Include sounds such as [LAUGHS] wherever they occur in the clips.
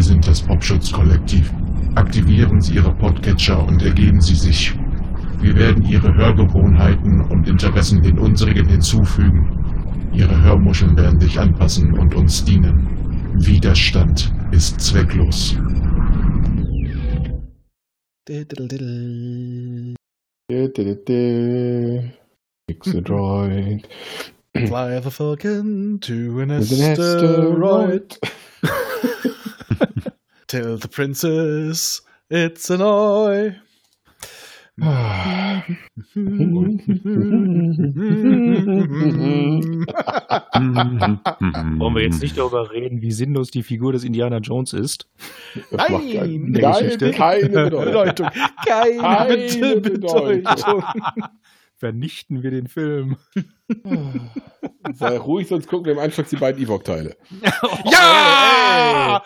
sind das Popschutz-Kollektiv. Aktivieren Sie Ihre Podcatcher und ergeben Sie sich. Wir werden Ihre Hörgewohnheiten und Interessen den unsrigen hinzufügen. Ihre Hörmuscheln werden sich anpassen und uns dienen. Widerstand ist zwecklos. Droid. Fly the Falcon to an Is an [LAUGHS] asteroid. asteroid. Tell the princess it's an eye. Ah. [LAUGHS] Wollen Wollen wir jetzt nicht darüber reden, wie sinnlos die Figur des Indiana Jones ist? Das macht Nein, keinen- der nein, Geschichte. keine Bedeutung. Bedeutung. Keine Keine Bedeutung. Bedeutung. Vernichten wir den Film. Sei ruhig, sonst gucken wir im Anschluss die beiden Ewok-Teile. Ja!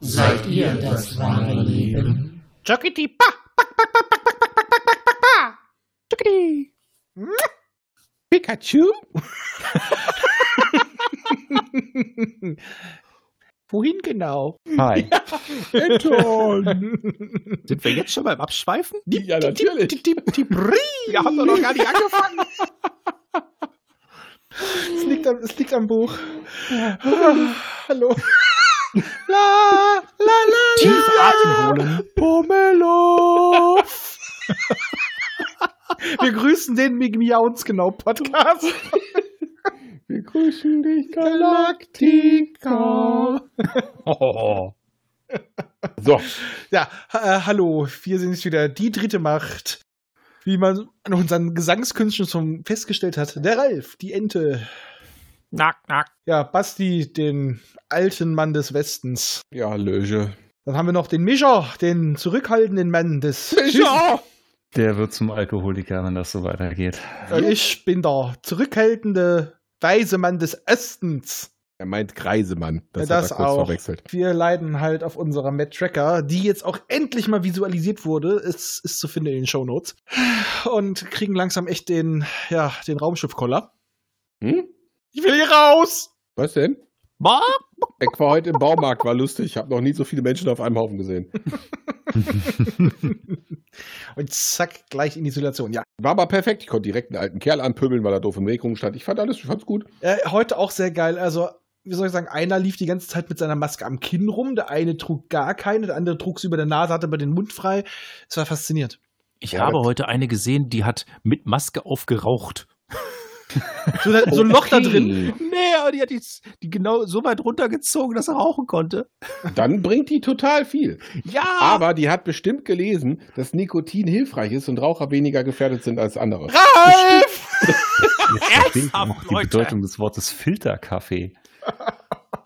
Seid ihr das wahre Leben? Pikachu? Wohin genau? [LAUGHS] Hi. Anton! Sind wir jetzt schon beim Abschweifen? ja, natürlich. Wir haben doch noch gar nicht angefangen. Es liegt am, es liegt am Buch. Hallo. La, la, la, Tief Atem holen. Pomelo. Wir grüßen den Mig Miauns genau Podcast. Wir grüßen dich, Galactica. Oh. So, Ja, ha- äh, hallo, wir sind es wieder, die dritte Macht. Wie man an unseren Gesangskünsten schon festgestellt hat, der Ralf, die Ente. Nack, nack. Ja, Basti, den alten Mann des Westens. ja, Löge. Dann haben wir noch den Mischer, den zurückhaltenden Mann des [LAUGHS] Der wird zum Alkoholiker, wenn das so weitergeht. Süden. Ich bin der zurückhaltende, weise Mann des Ostens. Er meint Greisemann. Das, Ja, hat das er kurz auch. verwechselt. Wir leiden halt auf unserer Mad Tracker, die jetzt auch endlich mal visualisiert wurde. Es ist zu finden in den Shownotes. Und kriegen langsam echt den, ja, den Raumschiffkoller. Hm? Ich will hier raus! Was denn? Bah. Ich war heute im Baumarkt, war lustig. Ich habe noch nie so viele Menschen auf einem Haufen gesehen. Und zack, gleich in Isolation. Ja. War aber perfekt. Ich konnte direkt einen alten Kerl anpöbeln, weil er doof im Weg rumstand. Ich fand alles, ich fand's gut. Äh, heute auch sehr geil. Also, wie soll ich sagen, einer lief die ganze Zeit mit seiner Maske am Kinn rum, der eine trug gar keine, der andere trug sie über der Nase, hatte aber den Mund frei. Es war faszinierend. Ich Ja, habe das- heute eine gesehen, die hat mit Maske aufgeraucht. So, da, so ein Loch da drin. Nee, aber die hat die, die genau so weit runtergezogen, dass er rauchen konnte. Dann bringt die total viel. Ja! Aber die hat bestimmt gelesen, dass Nikotin hilfreich ist und Raucher weniger gefährdet sind als andere. Ralf! Jetzt verstehe ich auch Ernsthaft, die Leute? Bedeutung des Wortes Filterkaffee.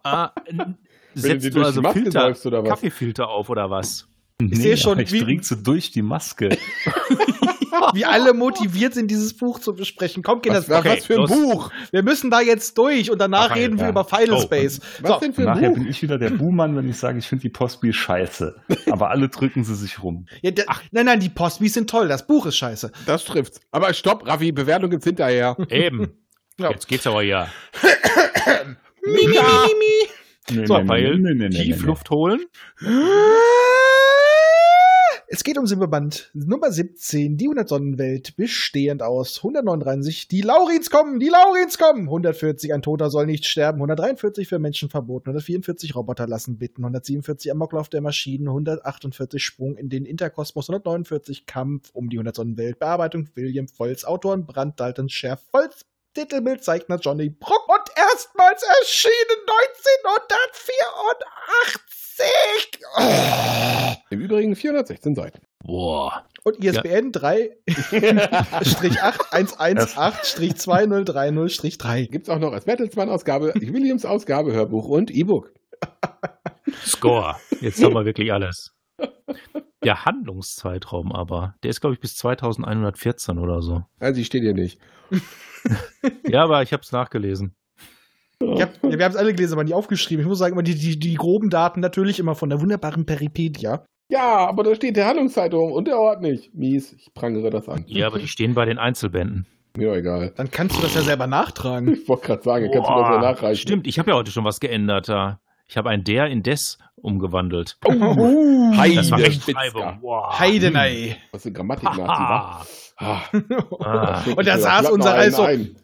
Ah, n- Wenn du setzt dir durch du die also Maske Filter, säufst oder was? Kaffeefilter auf oder was? Ich sehe schon, ich wie- trinke sie durch die Maske. Wie alle motiviert sind, dieses Buch zu besprechen. Komm, Kinder, was, was für ein los. Buch? wir müssen da jetzt durch und danach Ach, reden wir ja. über Final Oh. Space. Was So, denn für Nachher ein bin Buch? ich wieder der Buhmann, wenn ich sage, ich finde die Postby scheiße. Aber alle drücken sie sich rum. ja, der, nein, nein, die Postbis sind toll, das Buch ist scheiße. Das trifft's. Aber stopp, Raffi, Bewertung gibt's hinterher. Eben. Ja. Jetzt geht's aber ja. Mimi, Mimi. Nee, So, nee, nee, weil nee, nee, nee, nee, Tief nee. Luft holen. [GASPS] Es geht um Silberband Nummer 17, die 100 Sonnenwelt, bestehend aus 139, die Laurins kommen, die Laurins kommen, 140, ein Toter soll nicht sterben, 143 für Menschen verboten, 144 Roboter lassen bitten, 147 Amoklauf der Maschinen, 148 Sprung in den Interkosmos, 149 Kampf um die 100 Sonnenwelt, Bearbeitung William Volz, Autoren Brand Dalton Scherf, Volz, Titelbildzeichner Johnny Brock und erstmals erschienen 1984. Oh. Im Übrigen 416 Seiten. Boah. Und ISBN 3-8118-2030-3. Gibt's auch noch als Bertelsmann-Ausgabe, Williams-Ausgabe, Hörbuch und E-Book. Score. Jetzt haben wir wirklich alles. Ja, Handlungszeitraum aber. Der ist, glaube ich, bis 2114 oder so. Also, ich stehe dir nicht. Ja, aber ich habe es nachgelesen. Ich hab, ja, wir haben es alle gelesen, aber nicht aufgeschrieben. Ich muss sagen, immer die, die, die groben Daten natürlich immer von der wunderbaren Peripedia. Ja, aber da steht der Handlungszeitraum und der Ort nicht. Mies, ich prangere das an. Ja, aber die stehen bei den Einzelbänden. Mir egal. Dann kannst du das ja selber [LAUGHS] nachtragen. Ich wollte gerade sagen, kannst du das Boah, ja nachreichen. Stimmt, ich habe ja heute schon was geändert da. Ich habe ein der in des umgewandelt. Oh, Das war Heide Rechtschreibung. Wow. Heidenei. [LAUGHS] Was eine Grammatik-Nazi, wa? Ah. Ah, Ah. krieg Und ich da wieder. saß Klapp noch unser einen also- ein.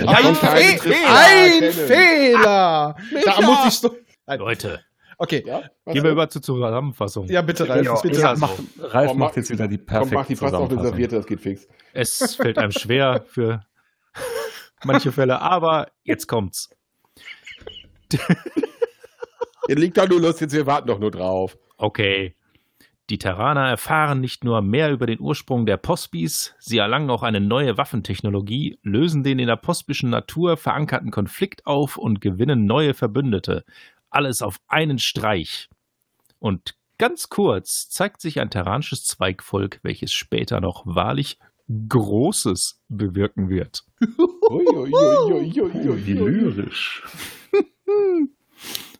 Ein, kommt kein Fe Fehler. ein Kennen. Fehler. Da muss ich so. Leute, Okay. Ja? Was gehen wir denn? über zur Zusammenfassung. Ja, bitte, Ralf. Ja, bitte. ja, so. Mach, Ralf Komm, mach- macht jetzt wieder die Komm, perfekte mach die Pass auf eine Zusammenfassung. Serviette, das geht fix. Es fällt einem schwer für manche Fälle, aber jetzt kommt's. Ihr liegt da nur los, jetzt wir warten doch nur drauf. Okay. Die Terraner erfahren nicht nur mehr über den Ursprung der Pospis, sie erlangen auch eine neue Waffentechnologie, lösen den in der pospischen Natur verankerten Konflikt auf und gewinnen neue Verbündete. Alles auf einen Streich. Und ganz kurz zeigt sich ein terranisches Zweigvolk, welches später noch wahrlich Großes bewirken wird. Ui, ui, ui, ui, ui, ui, Wie ui. lyrisch.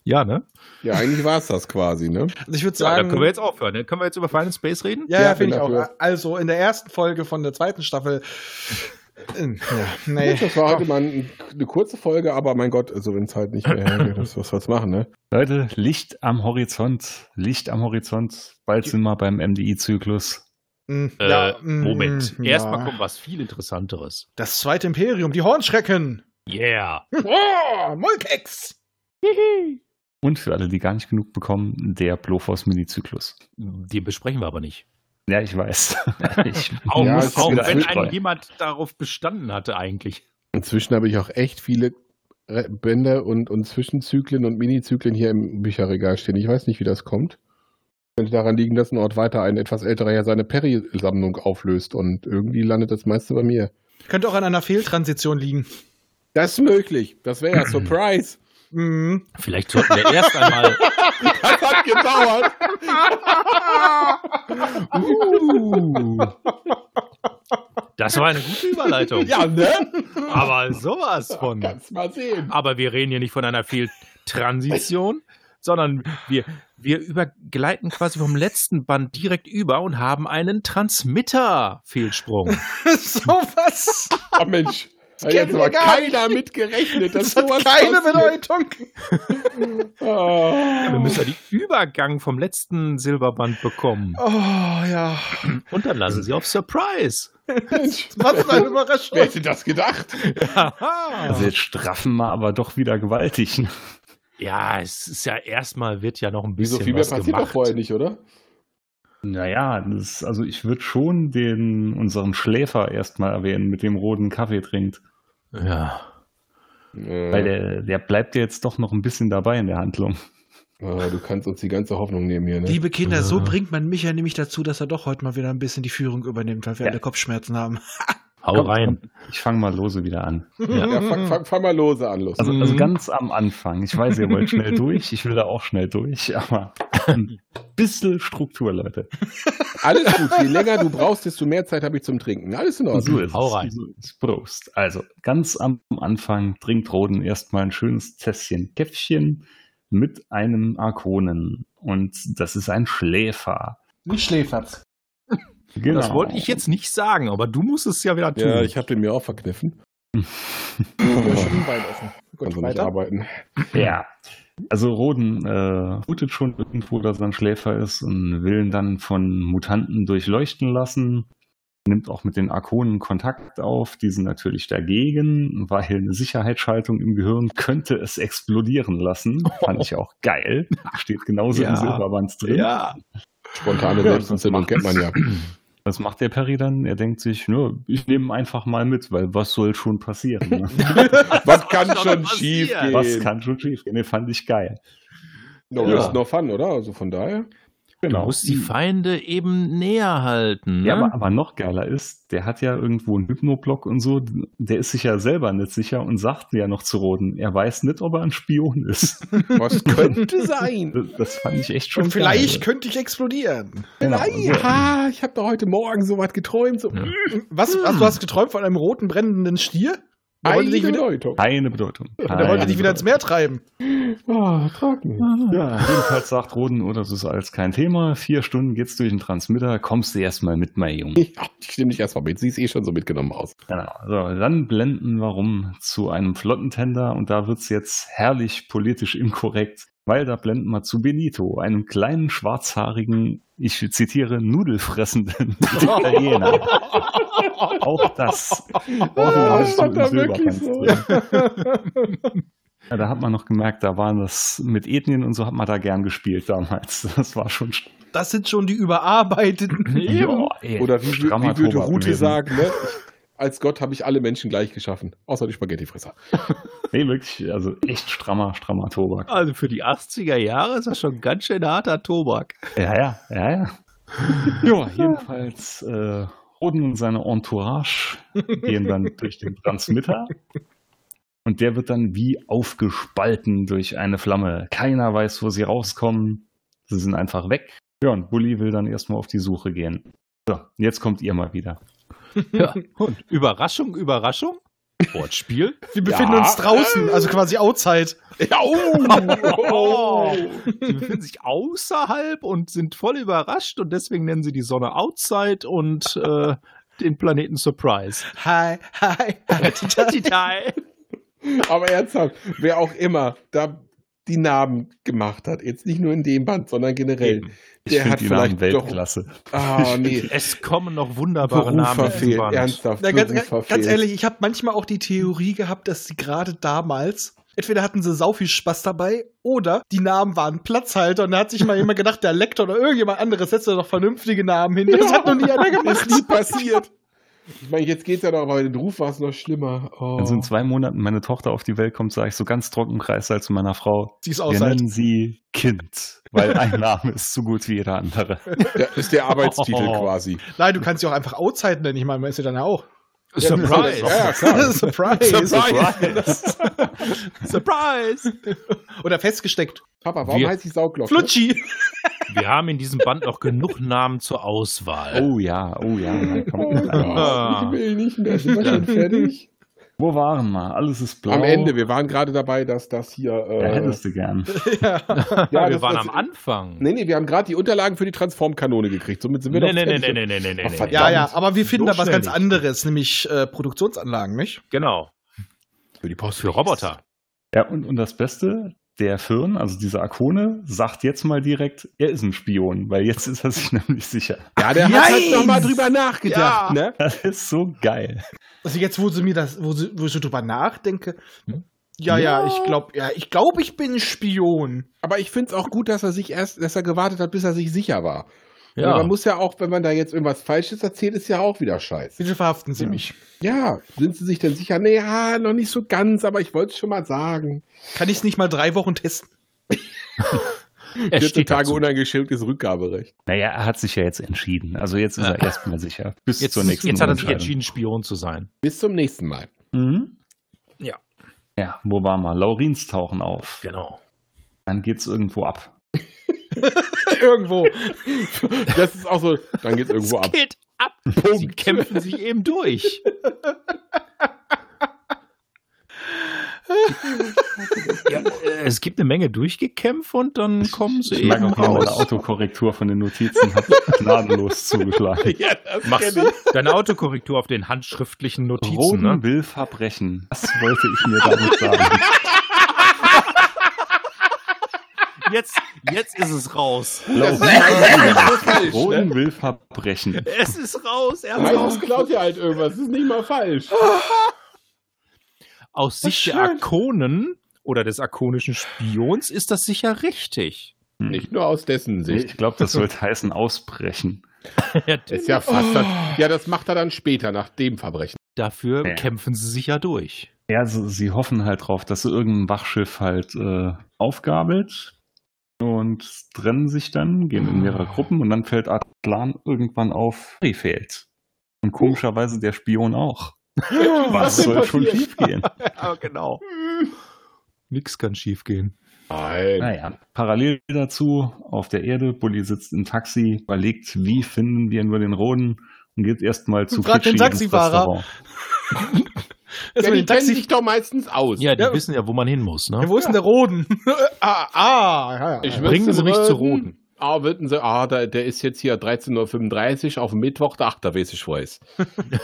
Ja, ne? Ja, eigentlich war es das quasi, ne? Also ich würde Ja, dann sagen. können wir jetzt aufhören. ne? Können wir jetzt über Final Space reden? ja, Ja, ja finde ich dafür. auch. Also in der ersten Folge von der zweiten Staffel. Ähm, ja, nee. Das war heute mal ein, eine kurze Folge, aber mein Gott, also wenn es halt nicht mehr [LAUGHS] hergeht, was was soll's machen, ne? Leute, Licht am Horizont. Licht am Horizont. Bald sind wir beim MDI-Zyklus. Mm, Äh, ja, mm, Moment. ja. Erstmal kommt was viel Interessanteres. Das zweite Imperium, die Hornschrecken. Yeah. Oh, Molkex. Und für alle, die gar nicht genug bekommen, der Blofors Mini-Zyklus. Den besprechen wir aber nicht. Ja, ich weiß. [LAUGHS] ich Auch, Ja, muss ist auch wieder wenn einstreuen. einen jemand darauf bestanden hatte eigentlich. Inzwischen habe ich auch echt viele Re- Bänder und, und Zwischenzyklen und Minizyklen hier im Bücherregal stehen. Ich weiß nicht, wie das kommt. Könnte daran liegen, dass ein Ort weiter ein etwas älterer ja seine Perry-Sammlung auflöst und irgendwie landet das meiste bei mir. Könnte auch an einer Fehltransition liegen. Das ist möglich. Das [CLEARS THROAT] wäre ja Surprise. Mm. [LAUGHS] Vielleicht sollten wir erst [LAUGHS] einmal. Das hat gedauert. Uh. Das war eine gute [LAUGHS] Überleitung. Ja, ne? Aber sowas von. Kannst mal sehen. Aber wir reden hier nicht von einer [LAUGHS] Fehltransition, sondern wir, wir übergleiten quasi vom letzten Band direkt über und haben einen Transmitter-Fehlsprung. Sowas. Oh, Mensch. Hat kennen jetzt wir aber gar keiner mitgerechnet, dass Das hat sowas keine passiert. Bedeutung. Wir Oh. müssen ja die Übergang vom letzten Silberband bekommen. Oh ja. Und dann lassen sie auf Surprise. Mensch, Was für eine wer Überraschung. hätte das gedacht? Also jetzt straffen wir aber doch wieder gewaltig. ne? Ja, es ist ja erstmal wird ja noch ein bisschen Wieso viel mehr was passiert doch gemacht. vorher nicht, oder? Naja, das ist, also ich würde schon den unseren Schläfer erstmal erwähnen, mit dem roten Kaffee trinkt. Ja. Äh. Weil der, der bleibt ja jetzt doch noch ein bisschen dabei in der Handlung. Ah, du kannst uns die ganze Hoffnung nehmen hier, ne? Liebe Kinder, Ja. so bringt man Micha nämlich dazu, dass er doch heute mal wieder ein bisschen die Führung übernimmt, weil wir Ja. alle Kopfschmerzen haben. Hau Komm, rein. Ich fange mal lose wieder an. ja, fang, fang, fang mal lose an, los. Also, also Mhm. ganz am Anfang. Ich weiß, ihr wollt schnell durch. Ich will da auch schnell durch, [LAUGHS] aber ein bisschen Struktur, Leute. Alles gut, je länger du brauchst, desto mehr Zeit habe ich zum Trinken. Alles in Ordnung. ist Hau es. rein. So ist Prost. Also ganz am Anfang trinkt Roden erstmal ein schönes Tässchen Käffchen mit einem Arkonen. Und das ist ein Schläfer. Nicht Schläferz. Genau. Das wollte ich jetzt nicht sagen, aber du musst es ja wieder tun. Ja, ich habe den mir auch verkniffen. Schön weit offen. Gut, Kannst du nicht weiter. arbeiten. Ja. Also Roden äh, mutet schon irgendwo, dass er ein Schläfer ist und will ihn dann von Mutanten durchleuchten lassen. Nimmt auch mit den Arkonen Kontakt auf. Die sind natürlich dagegen, weil eine Sicherheitsschaltung im Gehirn könnte es explodieren [LAUGHS] lassen. Fand ich auch geil. Steht genauso Ja. im Silberband drin. ja. Spontane Ja, Selbstentzündung das kennt man ja. Was macht der Perry dann? Er denkt sich, "Nö, ich nehme einfach mal mit, weil was soll schon passieren? [LAUGHS] Ne? [LAUGHS] Was kann doch schon passieren. schief gehen? was kann schon schief gehen? Den fand ich geil. No Ja. risk, no fun, oder? Also von daher. Genau. Du musst Hm. die Feinde eben näher halten. Ne? Ja, aber, aber noch geiler ist, der hat ja irgendwo einen Hypnoblock und so, der ist sich ja selber nicht sicher und sagt ja noch zu Roden, er weiß nicht, ob er ein Spion ist. [LAUGHS] Was könnte sein? Das, das fand ich echt schon Und vielleicht geil. könnte ich explodieren. Ah, Nein, ha, ich habe doch heute Morgen so was geträumt. So. Ja. Was, was? Du hast geträumt von einem roten, brennenden Stier? Der wollte dich wieder, Bedeutung. Keine Bedeutung. der wollte dich wieder ins Meer treiben. Oh, trag mich. Ja, jedenfalls sagt Roden, oder das ist alles kein Thema. Vier Stunden geht's durch den Transmitter, kommst du erstmal mit, mein Junge. Ja, ich stimme dich erstmal mit. Sie ist eh schon so mitgenommen aus. Genau. So, dann blenden wir rum zu einem Flottentender und da wird's jetzt herrlich politisch inkorrekt, weil da blenden wir zu Benito, einem kleinen, schwarzhaarigen, ich zitiere, [LAUGHS] nudelfressenden Italiener. Auch das. Auch das stand da wirklich so. Ja, da hat man noch gemerkt, da waren das mit Ethnien und so hat man da gern gespielt damals. Das war schon Das sind schon die Überarbeiteten. Ja, ey, Oder wie, wü- strammer wie würde Tobak Rute gewesen. sagen, ne? Ich, als Gott habe ich alle Menschen gleich geschaffen, außer die Spaghettifresser. Nee, wirklich, also echt strammer, strammer Tobak. Also für die 80er Jahre ist das schon ganz schön harter [LAUGHS] Tobak. Ja, ja, ja, ja. [LAUGHS] ja, jedenfalls, äh, Roden und seine Entourage gehen dann durch den Transmitter. Und der wird dann wie aufgespalten durch eine Flamme. Keiner weiß, wo sie rauskommen. Sie sind einfach weg. Ja, und Bully will dann erstmal auf die Suche gehen. So, jetzt kommt ihr mal wieder. Ja. Und Überraschung, Überraschung. Wortspiel. Wir befinden Ja. uns draußen, also quasi outside. Ja, [LAUGHS] oh, Sie befinden sich außerhalb und sind voll überrascht und deswegen nennen sie die Sonne Outside und äh, den [LAUGHS] Planeten Surprise. Hi, hi, hi. Detail. [LAUGHS] Aber ernsthaft, wer auch immer da die Namen gemacht hat, jetzt nicht nur in dem Band, sondern generell, Ich der finde hat die Namen vielleicht doch. Weltklasse. [LAUGHS] Ah, nee. Es kommen noch wunderbare Beruf Namen. in diesem verfehlt, Band. ernsthaft. [LAUGHS] Na, ganz, Beruf ganz, verfehlt. ganz ehrlich, ich habe manchmal auch die Theorie gehabt, dass sie gerade damals entweder hatten sie sau viel Spaß dabei oder die Namen waren Platzhalter und da hat sich mal jemand gedacht, der Lektor oder irgendjemand anderes setzt da doch vernünftige Namen hin. Das hat noch nie [LAUGHS] einer gemacht. Ist nie passiert. Ich meine, jetzt geht's ja noch, aber den Ruf war es noch schlimmer. Oh. Wenn so in zwei Monaten meine Tochter auf die Welt kommt, sage ich so ganz trocken Kreisal zu meiner Frau, Sie ist wir outside. nennen sie Kind, weil ein [LAUGHS] Name ist so gut wie jeder andere. der, ist der [LAUGHS] Arbeitstitel Oh. quasi. Nein, du kannst sie auch einfach outside nennen. Ich meine, man ist ja dann ja [LAUGHS] auch. Surprise. Ja, klar. [LAUGHS] Surprise. [LAUGHS] Surprise. Surprise. Oder festgesteckt. Papa, warum Wir- heißt ich Sauglocke? Flutschi. Wir haben in diesem Band noch genug Namen zur Auswahl. Oh ja, oh ja. da Oh kommt einer. Gott, ich will nicht mehr. Sind wir [LAUGHS] schon fertig? Wo waren wir? Alles ist blau. Am Ende, wir waren gerade dabei, dass das hier. Ja, Äh, hättest du gern. ja. Oh, ja, wir das- waren das- am Anfang. Nee, nee, wir haben gerade die Unterlagen für die Transformkanone gekriegt. Somit sind wir nee, doch nee, nee, fertig. nee, nee, nee, nee, Ach, nee. verdammt. ja, ja, aber wir finden So da was schnell ganz nicht. anderes, nämlich äh, Produktionsanlagen, nicht? Genau. Für die Post. Für Roboter. Ja, und, und das Beste, der Firn, also dieser Akone, sagt jetzt mal direkt, er ist ein Spion, weil jetzt ist er sich [LAUGHS] nämlich sicher. Ja, der hat halt nochmal drüber nachgedacht, ne? Das ist so geil. Also jetzt, wo sie mir das, wo, sie, wo ich so drüber nachdenke, ja, Hm? ja, ich glaube, ja, ich glaube, ich bin ein Spion. Aber ich finde es auch gut, dass er sich erst, dass er gewartet hat, bis er sich sicher war. Ja. Ja. Man muss ja auch, wenn man da jetzt irgendwas Falsches erzählt, ist ja auch wieder scheiße. Bitte verhaften Sie mich. Ja, sind sie sich denn sicher? Nee, ja, noch nicht so ganz, aber ich wollte es schon mal sagen. Kann ich es nicht mal drei Wochen testen? Er 14 steht Tage dazu. unangeschämtes Rückgaberecht. Naja, er hat sich ja jetzt entschieden. Also jetzt ist Ja. er erstmal sicher. Bis Jetzt, zur nächsten jetzt hat er sich Entscheidung. entschieden, Spion zu sein. Bis zum nächsten Mal. [LAUGHS] Mhm. Ja. Ja, wo waren wir? Laurins tauchen auf. Genau. Dann geht's irgendwo ab. Irgendwo. Das ist auch so, dann geht's irgendwo ab. Geht [LAUGHS] ab. Sie kämpfen sich eben [LAUGHS] durch. ja, äh, es gibt eine Menge Durchgekämpft und dann kommen sie Ich mag eben auch, wie meine raus. Autokorrektur von den Notizen hat [LAUGHS] gnadenlos [LAUGHS] zugeschlagen. Ja, das Machst kenn du deine Autokorrektur auf den handschriftlichen Notizen, Roden ne? will verbrechen. Das wollte ich mir damit [LAUGHS] sagen. Jetzt, jetzt ist es raus. falsch, Laurin, ne? Roden will verbrechen. Es ist raus. Er ich. hat's Nein, raus. das klaut ja halt irgendwas. Das ist nicht mal falsch. Aus Sicht der schön. Arkonen oder des arkonischen Spions ist das sicher richtig. Nicht nur aus dessen Nee, Sicht. Also Ich glaube, das sollte heißen ausbrechen. Ist ja fast. Das, Oh. ja, das macht er dann später, nach dem Verbrechen. Dafür Ja. kämpfen sie sich ja durch. Ja, so, sie hoffen halt drauf, dass sie irgendein Wachschiff halt äh, aufgabelt. und trennen sich dann, gehen in mehrere Gruppen und dann fällt Atlan irgendwann auf, Harry fehlt. Und komischerweise der Spion [LAUGHS] auch. Was denn soll schon passiert? schiefgehen? Ja, genau. Nix kann schiefgehen. Nein. Naja, Ah, parallel dazu auf der Erde, Bulli sitzt im Taxi, überlegt, wie finden wir nur den Roden und geht erstmal zu Und fragt den Fidschi ins Taxifahrer. Restaurant. Also mit ja, die dem kennen Taxi. sich doch meistens aus. Ja, die Ja. wissen ja, wo man hin muss, Ja, ne? wo ist denn der Roden? ah, ah, ja, ja. Ich Äh, ja. würd's Bringen Sie mich würden. zu Roden. Ah, würden sie, ah, der, der ist jetzt hier 13.35 Uhr auf dem Mittwoch, ach, da weiß ich weiß.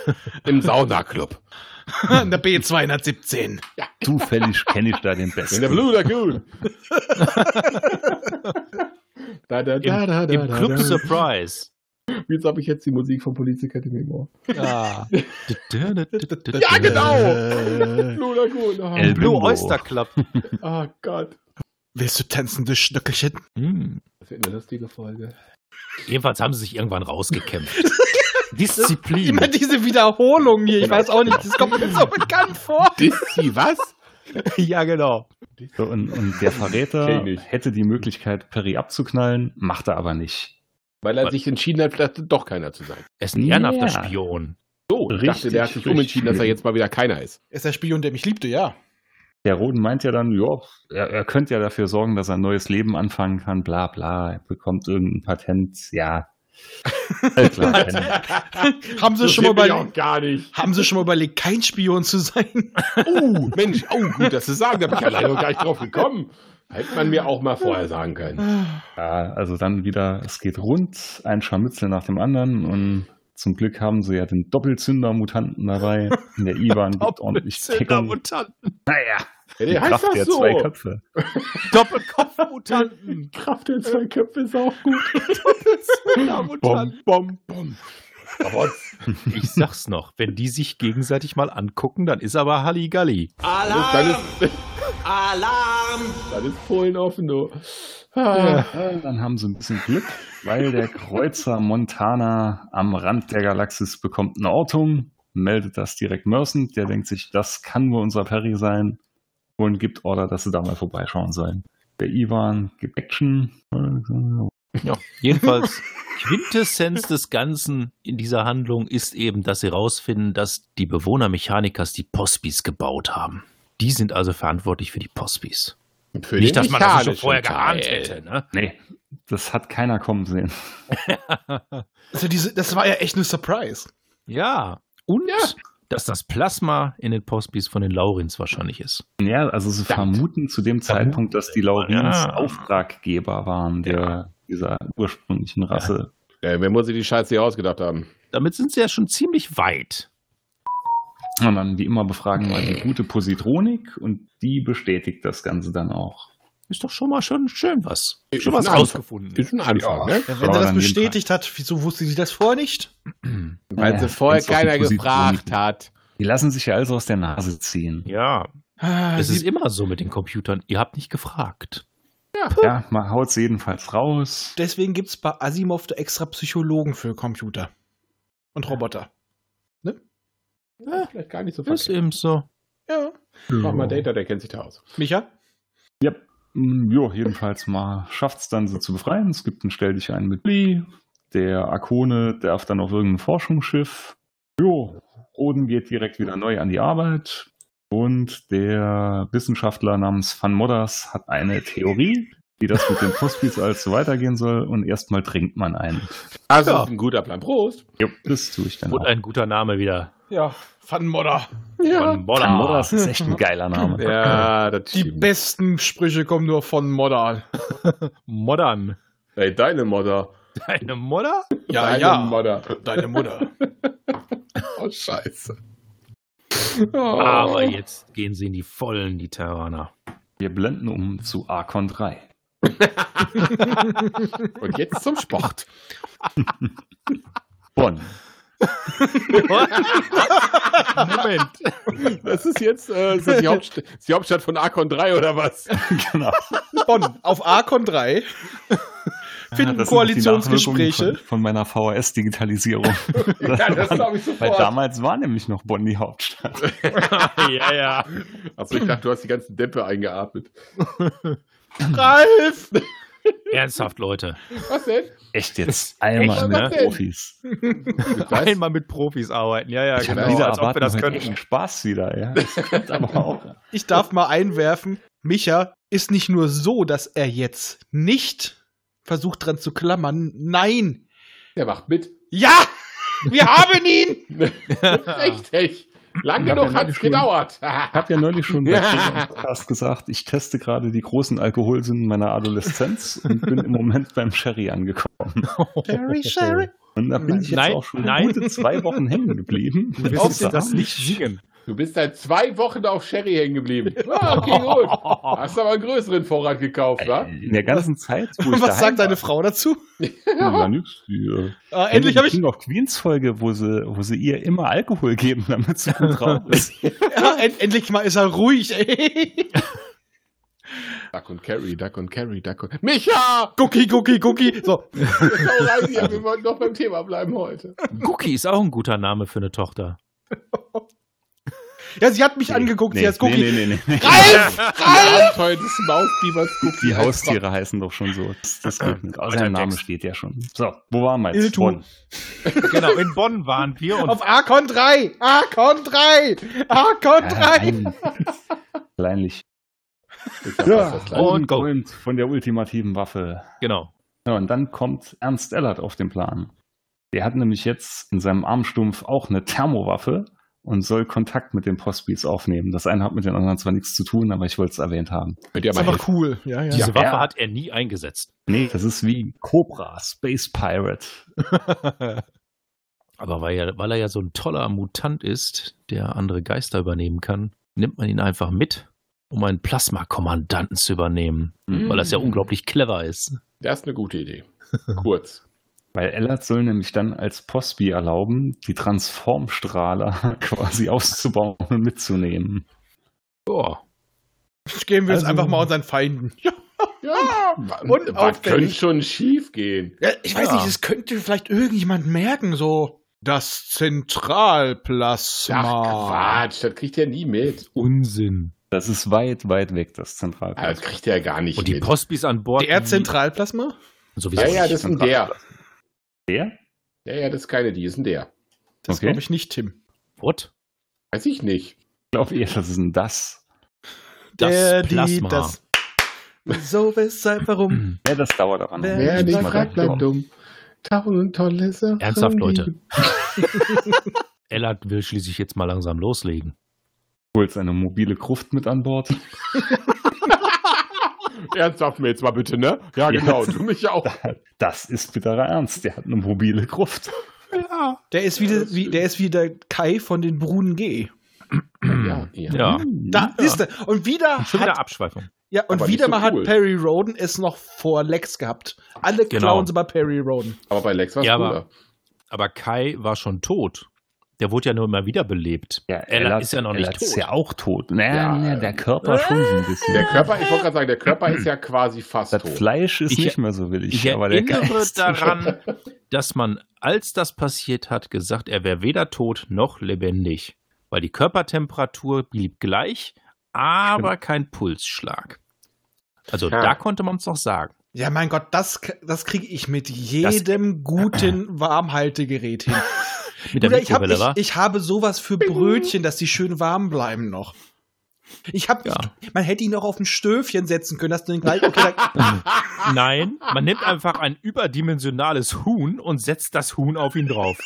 [LAUGHS] Im Saunaclub. [LAUGHS] In der B217. Zufällig kenne ich da [LAUGHS] den In der Besten. [LAUGHS] Blue Lagoon. da, da, da, da, da, Im da, Club da. Surprise. Jetzt habe ich jetzt die Musik von Police Academy [LAUGHS] im Ohr. Ja. Ja, genau. genau. [LAUGHS] Blue Lagoon. ah, El Blue Bimbo. Oyster Club. Ah, Gott. Willst du tanzende Stöckelchen? Hm. Das ist eine lustige Folge. Jedenfalls haben sie sich irgendwann rausgekämpft. Disziplin. Immer diese Wiederholung hier. Ich weiß auch nicht, das kommt mir so bekannt vor. Dissi, was? ja, genau. So, und, und der Verräter Kenn ich. hätte die Möglichkeit, Perry abzuknallen, macht er aber nicht. Weil er sich entschieden hat, vielleicht doch keiner zu sein. Er ist ein Ja. ehrenhafter Spion. So, ich dachte, Richtig, der hat sich richtig. umentschieden, dass er jetzt mal wieder keiner ist. Ist der Spion, der mich liebte, ja. Der Roden meint ja dann, ja, er, er könnte ja dafür sorgen, dass er ein neues Leben anfangen kann, bla bla, er bekommt irgendein Patent, [LAUGHS] ja. Alles klar. Haben sie, schon mal sind wir überlegt, ja auch gar nicht. haben sie schon mal überlegt, kein Spion zu sein? Oh, Mensch, oh, gut, dass Sie sagen, da bin ich alleine gar nicht drauf gekommen. Hätte man mir auch mal vorher sagen können. ja, also dann wieder, es geht rund, ein Scharmützel nach dem anderen und zum Glück haben sie ja den Doppelzünder-Mutanten dabei. Und Der Ivan [LAUGHS] gibt ordentlich Deckung. Doppelzünder-Mutanten. Naja, die Ja, der heißt Kraft das der so. zwei Köpfe. Doppelkopfmutanten. [LAUGHS] Kraft der zwei Köpfe ist auch gut. Doppelzünder-Mutanten. bom, bom. Aber Ich sag's noch, wenn die sich gegenseitig mal angucken, dann ist aber Halligalli. dann ist, Alarm! [LAUGHS] Dann ist Polen offen, du. Ah, Ja, Dann haben sie ein bisschen Glück, weil der Kreuzer Montana am Rand der Galaxis bekommt eine Ortung, meldet das direkt Merson, der denkt sich, das kann nur unser Perry sein und gibt Order, dass sie da mal vorbeischauen sollen. Der Ivan gibt Action. Ja, [LAUGHS] jedenfalls Quintessenz des Ganzen in dieser Handlung ist eben, dass sie herausfinden, dass die Bewohner Mechanikers die Pospis gebaut haben. Die sind also verantwortlich für die Pospis. Für Nicht, den dass man das schon mechanischen vorher Teil. geahnt hätte. Ne? Nee, das hat keiner kommen sehen. [LAUGHS] Also diese, das war ja echt eine Surprise. Ja, und dass das Plasma in den Pospis von den Laurins wahrscheinlich ist. Ja, also sie Verdammt. vermuten zu dem Zeitpunkt, dass die Laurins Ja. Auftraggeber waren der, dieser ursprünglichen Rasse. Ja, wer muss sich die Scheiße hier ausgedacht haben? Damit sind sie ja schon ziemlich weit. Und dann wie immer befragen wir die gute Positronik und die bestätigt das Ganze dann auch. Ist doch schon mal schon schön was. Ist Schon ein was Anfang. rausgefunden. Ist ein Anfang, ne? Wenn Ja, er das dann bestätigt hat, wieso wusste sie das vorher nicht? Weil Ja, sie vorher wenn's auf die keiner Position gefragt liegt. hat. Die lassen sich ja also aus der Nase ziehen. Ja, Ah, es sie- ist immer so mit den Computern. Ihr habt nicht gefragt. Ja, man haut jedenfalls raus. Deswegen gibt es bei Asimov da extra Psychologen für Computer und Roboter. Ja, vielleicht gar nicht so Das ist verkehrt. eben so. Ja. Mach mal Data, der kennt sich da aus. Micha? Hm, Jo, jedenfalls mal schafft es dann, sie zu befreien. Es gibt einen Stell dich ein mit Lee. Der Akone darf dann auf irgendein Forschungsschiff. Jo, Oden geht direkt wieder neu an die Arbeit. Und der Wissenschaftler namens Van Modders hat eine Theorie, wie das mit den Postbis alles so weitergehen soll. Und erstmal trinkt man einen. Also, Ja. ist ein guter Plan. Prost. Jo, das tue ich dann Und auch. ein guter Name wieder. Ja. Van Modder. Von Modder. Van Modders ist echt ein geiler Name. Ja, das Die stimmt. besten Sprüche kommen nur von Modder. Modern. Ey, deine Mutter. Deine Modder? Ja, deine Ah, ja. Mutter. Deine Mutter. Oh, scheiße. Oh. Aber jetzt gehen sie in die Vollen, die Terraner. Wir blenden um zu Archon 3. Und jetzt zum Sport. Bonn. Moment. Das ist jetzt äh, ist das die, Hauptstadt, ist die Hauptstadt von Arkon 3 oder was? genau. Bonn. Auf Arcon 3 finden Ah, Das sind die Koalitionsgespräche. Nachwirkungen Von, von meiner VHS-Digitalisierung. glaub ich Weil damals war nämlich noch Bonn die Hauptstadt. ja, ja. [LAUGHS] Achso, ich dachte, du hast die ganzen Dämpfe eingeatmet. Ralf! Ernsthaft, Leute. Was denn? Echt jetzt? Einmal Einmal mit mit Profis. Was? Einmal mit Profis arbeiten. Ja, ja, Ich genau. habe wieder als ob wir erwartet, das heute könnten. echt Spaß wieder. Ja. Das kommt aber auch. Ich darf mal einwerfen, Micha ist nicht nur so, dass er jetzt nicht versucht dran zu klammern. Nein! Der macht [LAUGHS] mit. Ja! Wir haben ihn! Richtig. Lang Ja, genug wir hat es schon. gedauert. Ich [LAUGHS] habe ja neulich schon Ja. fast gesagt, ich teste gerade die großen Alkoholsünden meiner Adoleszenz und bin im Moment beim Sherry angekommen. Sherry, Sherry. Und da bin ich jetzt Nein, auch schon nein. gute zwei Wochen hängen geblieben. Du wirst das nicht singen. Du bist seit zwei Wochen auf Sherry hängen geblieben. Ah, okay, gut. [LAUGHS] Hast aber einen größeren Vorrat gekauft, wa? In der ganzen Zeit, wo [LAUGHS] ich Was daheim sagt deine war, Frau dazu? war nix. Die, äh, Äh, endlich habe ich, King of Queens Folge, wo sie, wo sie ihr immer Alkohol geben, [LAUGHS] damit sie gut drauf ist. ja, [LAUGHS] end, endlich mal ist er ruhig. Ey. [LAUGHS] Duck und Carry, Duck und Carry, Duck und. Micha! Gucki, gucki, gucki. So, Hau [LAUGHS] rein hier, Wir wollten doch beim Thema bleiben heute. Cookie ist auch ein guter Name für eine Tochter. ja, sie hat mich angeguckt. sie heißt Gucki. Nee, nee, nee, nee. Ralf, Ralf. Die Abenteuer des Mausbiebers [LAUGHS] guckt. Die Haustiere heißen doch schon so. Das, das Ah, geht nicht. Also der Name Text. steht ja schon. So, wo waren wir jetzt? Iltu. [LAUGHS] Bonn. Genau, in Bonn waren wir und Auf Archon 3, Archon 3, Archon 3. nein. Kleinlich. Ist ja. fast das Gleiche. Und go. Und von der ultimativen Waffe. [LAUGHS] genau. Ja, und dann kommt Ernst Ellert auf den Plan. Der hat nämlich jetzt in seinem Armstumpf auch eine Thermowaffe und soll Kontakt mit den Postbeats aufnehmen. Das eine hat mit den anderen zwar nichts zu tun, aber ich wollte es erwähnt haben. Könnt ihr Ist mal helfen. einfach cool. Ja, ja. Diese Waffe Ja. hat er nie eingesetzt. Nee, das ist wie Cobra, Space Pirate. Aber weil er, weil er ja so ein toller Mutant ist, der andere Geister übernehmen kann, nimmt man ihn einfach mit, um einen Plasmakommandanten zu übernehmen, Mhm. weil das ja unglaublich clever ist. Das ist eine gute Idee. Kurz. Weil Ellert soll nämlich dann als Postby erlauben, die Transformstrahler [LAUGHS] quasi auszubauen und mitzunehmen. Ja, Geben wir es Also- einfach mal unseren Feinden. Ja, und was aufwendig. könnte schon schief gehen? Ja, ich weiß Ja. nicht, es könnte vielleicht irgendjemand merken, so. Das Zentralplasma. Ach, Quatsch, das kriegt er nie mit. Oh. Unsinn. Das ist weit, weit weg, das Ah, Das Also Zentralplatz. kriegt er gar nicht Und die mit. Postbis an Bord. der die- Zentralplasma? Sowieso. ja, ja, das ist ein der. Der? Ja, ja, das ist keine, die ist ein der. Das Okay. glaube ich nicht, Tim. What? Weiß ich nicht. Ich glaube eher, das ist ein Das. Das Der, Plasma. Wieso, weshalb, warum? Ja, das dauert aber noch. Wer Das nicht müssen wir fragt, gleich machen. dumm. Tausend tolle Sachen. Ernsthaft, [LAUGHS] Leute. Ellard will schließlich jetzt mal langsam loslegen. Du holst eine mobile Gruft mit an Bord. Ernsthaft mir jetzt mal bitte, ne? Ja, genau. Ja. Du mich [CLEARS THROAT] auch. Das ist bitterer Ernst. Der hat eine mobile Gruft. Der ist wie, der, wie, der ist wie der Kai von den Brunen G. Ja, Ja. Da ist er. Und wieder Schon hat wieder Abschweifung. Ja, und Aber wieder nicht so mal cool. hat Perry Roden es noch vor Lex gehabt. Alle Genau. klauen sie bei Perry Roden. Aber bei Lex war es Ja, cooler. aber- Aber Kai war schon tot. Der wurde ja nur immer wiederbelebt. Ja, Ellert ist ja noch nicht Ellert tot. ist ja auch tot. Naja, Ja, naja, äh, der Körper schon so ein bisschen. Der Körper, ich wollte gerade sagen, der Körper [CLEARS THROAT] ist ja quasi fast das tot. Fleisch ist Ich- nicht mehr so willig. Ich aber der erinnere Geist daran, dass man, als das passiert hat, gesagt, er wäre weder tot noch lebendig. Weil die Körpertemperatur blieb gleich, aber kein Pulsschlag. Also Ja. da konnte man es noch sagen. Ja, mein Gott, das, das kriege ich mit jedem [CLEARS THROAT] guten Warmhaltegerät hin. Mit der Oder ich, hab, Mikrowelle ich, war. ich habe sowas für Brötchen, dass die schön warm bleiben noch. Ich hab, Ja. man hätte ihn auch auf ein Stöfchen setzen können, dass du den gleich, okay, da, Nein, man nimmt einfach ein überdimensionales Huhn und setzt das Huhn auf ihn drauf.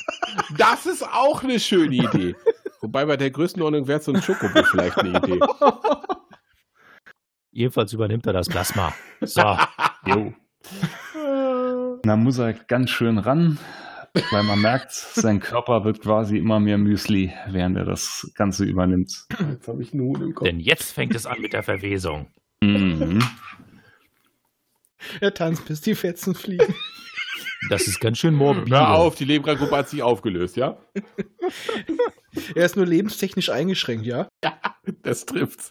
Das ist auch eine schöne [LAUGHS] Idee. Wobei bei der Größenordnung wäre so ein Schokobo vielleicht eine Idee. [LAUGHS] Jedenfalls übernimmt er das Plasma. So. Jo. Da muss er ganz schön ran, weil man merkt, sein Körper wird quasi immer mehr Müsli, während er das Ganze übernimmt. Jetzt habe ich einen Huhn im Kopf. Denn jetzt fängt es an mit der Verwesung. Mhm. [LAUGHS] der tanzt, bis die Fetzen fliegen. Das ist ganz schön morbide. Hör auf, die Lebra-Gruppe hat sich aufgelöst, ja? Er ist nur lebenstechnisch eingeschränkt, ja? Das trifft's.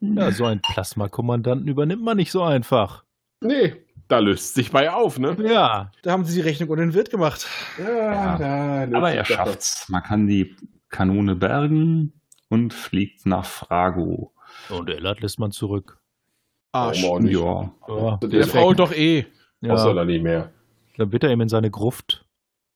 Ja, so einen Plasmakommandanten übernimmt man nicht so einfach. Nee, da löst sich bei auf, ne? Ja, Da haben sie die Rechnung unter den Wirt gemacht. Ja. da löst Aber sich er das auf. schafft's. Man kann die Kanone bergen und fliegt nach Frago. und Ellert lässt man zurück. Arsch. Warum auch nicht? Ja. Ja, Also Der Der Frau fault doch eh. Brauchst du ja da nicht mehr. dann wird er ihm in seine Gruft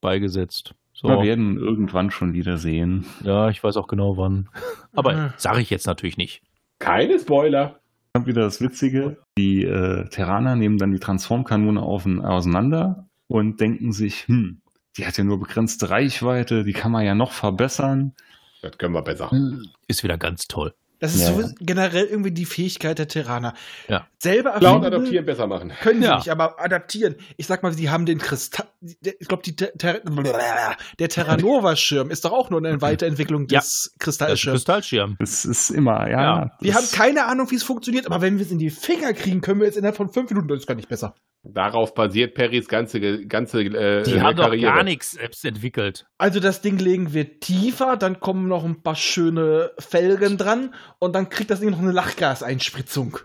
beigesetzt. So, Wir werden irgendwann schon wieder sehen. ja, ich weiß auch genau wann. Hm. Aber sage ich jetzt natürlich nicht. Keine Spoiler. Kommt wieder das Witzige. Die äh, Terraner nehmen dann die Transformkanone auf, auseinander und denken sich, hm, die hat ja nur begrenzte Reichweite, die kann man ja noch verbessern. Das können wir besser. Ist wieder ganz toll. Das ist Ja. so generell irgendwie die Fähigkeit der Terraner. Ja. Selber Cloud erfinden adoptieren, besser machen. können sie Ja. nicht, aber adaptieren. Ich sag mal, sie haben den Kristall. Ich glaube, die Ter Ter der Terranova-Schirm ist doch auch nur eine Weiterentwicklung des Ja. Das ist ein Kristallschirms. Äh, Kristallschirm. Das ist immer, ja. Ja. Wir haben das- keine Ahnung, wie es funktioniert, aber wenn wir es in die Finger kriegen, können wir es innerhalb von fünf Minuten. Das ist gar nicht besser. Darauf basiert Perrys ganze, Ge- ganze äh, Die haben doch Karriere. gar nichts selbst entwickelt. Also das Ding legen wir tiefer, dann kommen noch ein paar schöne Felgen dran und dann kriegt das Ding noch eine Lachgaseinspritzung.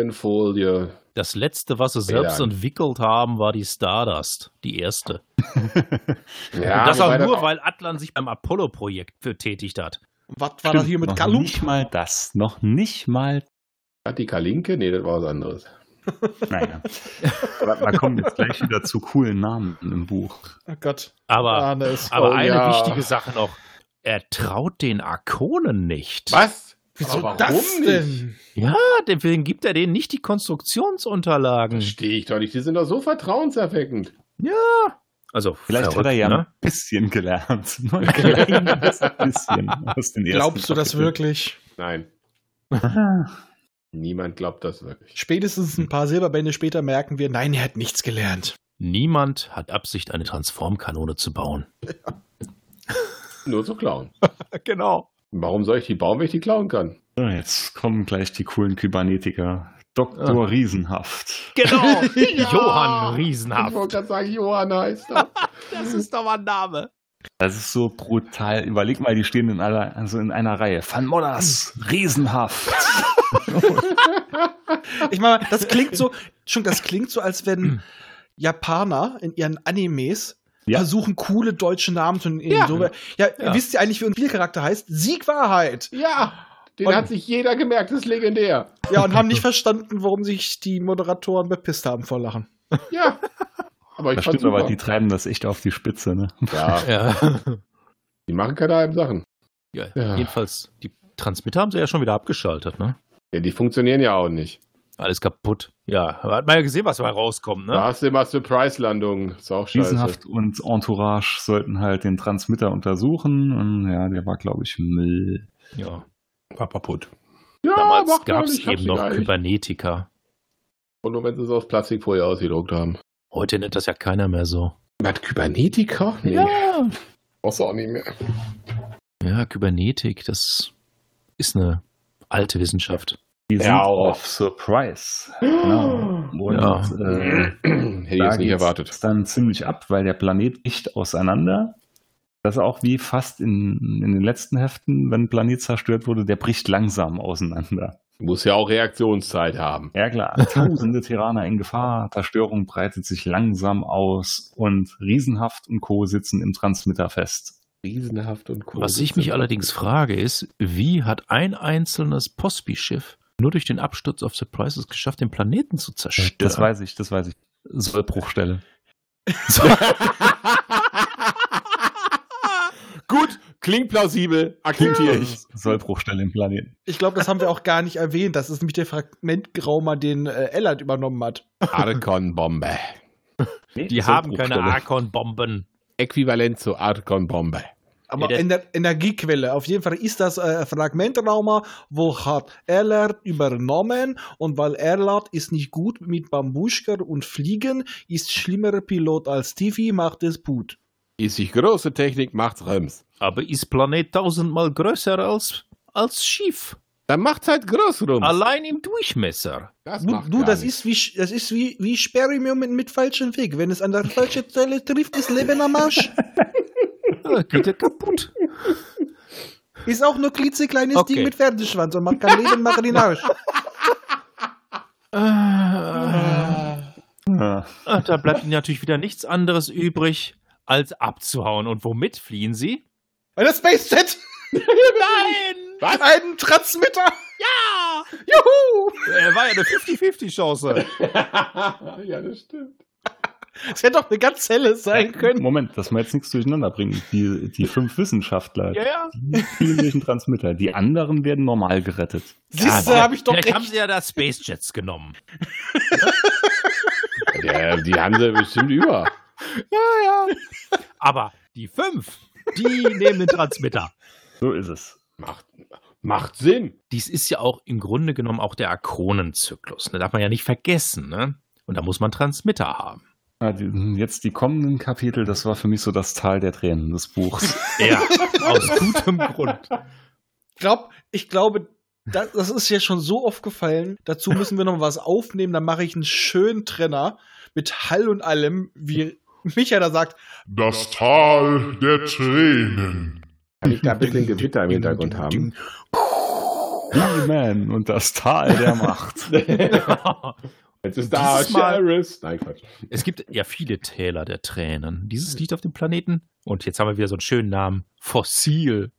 Belgenfolie. Das letzte, was sie Vielen selbst Dank. entwickelt haben, war die Stardust, die erste. Ja, Und das auch wobei nur, weil Atlan sich beim Apollo-Projekt betätigt hat. Was war Stimmt, das hier mit noch Kalu? Nicht mal das. Noch nicht mal. Hat die Kalinke? Nee, das war was anderes. [LAUGHS] Naja. Aber man kommt jetzt gleich wieder zu coolen Namen im Buch. Oh Gott. Aber, Ah, ne, ist- aber oh eine ja. wichtige Sache noch. Er traut den Arkonen nicht. Was? Wieso Aber warum das nicht? denn? Ja, deswegen gibt er denen nicht die Konstruktionsunterlagen. Verstehe ich doch nicht. Die sind doch so vertrauenserweckend. Also, Vielleicht verrückt, hat er ja ne? ein bisschen gelernt. [LAUGHS] [LAUGHS] Nur ein kleines bisschen aus den ersten Glaubst du das Kapiteln. wirklich? Nein, [LAUGHS] niemand glaubt das wirklich. Spätestens ein paar Silberbände später merken wir, nein, er hat nichts gelernt. Niemand hat Absicht, eine Transformkanone zu bauen. Nur zu [LAUGHS] klauen. Genau. Warum soll ich die bauen, wenn ich die klauen kann? So, jetzt kommen gleich die coolen Kybernetiker. Ah. Doktor Riesenhaft. [LAUGHS] Genau! Johann Ich Riesenhaft. wollte gerade sagen, Johann heißt er. Das ist doch mal ein Name. Das ist so brutal. Überleg mal, die stehen in, aller, also in einer Reihe. Van Modders, [LAUGHS] Riesenhaft. Ich meine, das klingt so, schon das klingt so, als wenn Japaner in ihren Animes Ja. versuchen, coole deutsche Namen zu nehmen. Ja. So, ja, Ja. wisst ihr eigentlich, wie ein Spielcharakter heißt? Siegwahrheit. Ja, den Und- hat sich jeder gemerkt, das ist legendär. Ja, und haben nicht verstanden, warum sich die Moderatoren bepisst haben vor Lachen. Ja. Aber ich Das fand's stimmt, aber super. die treiben das echt auf die Spitze. Ne? ja, Ja. [LAUGHS] die machen keine halben Sachen. Ja, Ja. Jedenfalls, die Transmitter haben sie ja schon wieder abgeschaltet, ne? Ja, die funktionieren ja auch nicht. Alles kaputt. Ja, aber hat man ja gesehen, was dabei rauskommt, ne? Da hast du immer Surprise-Landungen. Ist auch scheiße. Riesenhaft und Entourage sollten halt den Transmitter untersuchen. Und ja, der war, glaube ich, Müll. Ja. War kaputt. Ja, Damals macht gar gab es nicht, hab's eben noch egal. Kybernetika. Und nur wenn sie es aus Plastikfolie ausgedruckt haben. Heute nennt das ja keiner mehr so. Was, Kybernetika? Nee. Ja. Brauchst du auch nicht mehr. Ja, Kybernetik, das ist eine alte Wissenschaft. Die sind Ja, oh. auf Surprise. Genau. Und Ja. äh, Hätte ich da jetzt nicht geht's erwartet. dann ziemlich ab, weil der Planet dicht auseinander. Das ist auch wie fast in, in den letzten Heften, wenn ein Planet zerstört wurde, der bricht langsam auseinander. Muss ja auch Reaktionszeit haben. Ja [LAUGHS] klar, tausende Terraner in Gefahr, Zerstörung breitet sich langsam aus und Riesenhaft und Co. sitzen im Transmitter fest. Riesenhaft und cool. Was ich mich allerdings frage, ist, wie hat ein einzelnes Pospi-Schiff nur durch den Absturz auf Surprise es geschafft, den Planeten zu zerstören? Das weiß ich, das weiß ich. Sollbruchstelle. Gut, klingt plausibel, akzeptiere ich. Sollbruchstelle im Planeten. Ich glaube, das haben wir auch gar nicht erwähnt. Das ist nämlich der Fragmentraumer, den äh, Ellert übernommen hat. Arkon-Bombe. Die haben keine Archon-Bomben. Äquivalent zu Arkon-Bombe. Aber Ja, der- Ener Energiequelle. Auf jeden Fall ist das äh, Fragmentraumer, wo hat Ellert übernommen. Und weil Ellert ist nicht gut mit Bambuschker und Fliegen, ist schlimmerer Pilot als Tiffy, macht es gut. Ist sich große Technik, macht's Rems. Aber ist Planet tausendmal größer als, als Schiff. Dann macht's halt groß rum. Allein im Durchmesser. das Du, macht du gar das, nichts. ist wie, Sch- das ist wie, wie Spermium mit, mit falschem Weg. Wenn es an der falschen Stelle trifft, ist Leben am Arsch. Ja, Äh, geht ja [LAUGHS] kaputt. Ist auch nur klitzekleines Okay. Ding mit Pferdeschwanz und man kann Leben machen in den [LAUGHS] Arsch. Ja. Ah, Da bleibt ihnen natürlich wieder nichts anderes übrig, als abzuhauen. Und womit fliehen sie? Eine Space Set! Nein! Was? Einen Transmitter! Ah! Ja! Juhu! Äh, war ja eine 50-50-Chance. ja, das stimmt. Es hätte doch eine Gazelle sein können. Moment, dass wir jetzt nichts durcheinander bringen. Die, die fünf Wissenschaftler, ja, ja. die fliegen durch den Transmitter. Die anderen werden normal gerettet. Siehst du, aber- habe ich doch Vielleicht haben recht. sie ja da Space Jets genommen. Ja, die haben sie bestimmt über. Aber die fünf, [LAUGHS] die nehmen den Transmitter. So ist es. Macht, macht Sinn. Dies ist ja auch im Grunde genommen auch der Akronenzyklus. Ne? Darf man ja nicht vergessen. Ne? Und da muss man Transmitter [LAUGHS] haben. Ah, die, jetzt die kommenden Kapitel, das war für mich so das Tal der Tränen des [LAUGHS] Buchs. Ja, aus gutem Grund. Ich glaub, ich glaube, das, das ist ja schon so oft gefallen. Dazu müssen wir noch was aufnehmen. Dann mache ich einen schönen Trenner mit Hall und allem, wie Micha da sagt. Das Tal der Tränen. Kann ich da ein bisschen Gewitter im Hintergrund haben? He-Man und das Tal der Macht. Jetzt ist da Dieses Mal- Sheriffs. Nein, Quatsch. Es gibt ja viele Täler der Tränen. Dieses liegt auf dem Planeten. Und jetzt haben wir wieder so einen schönen Namen. Fossil.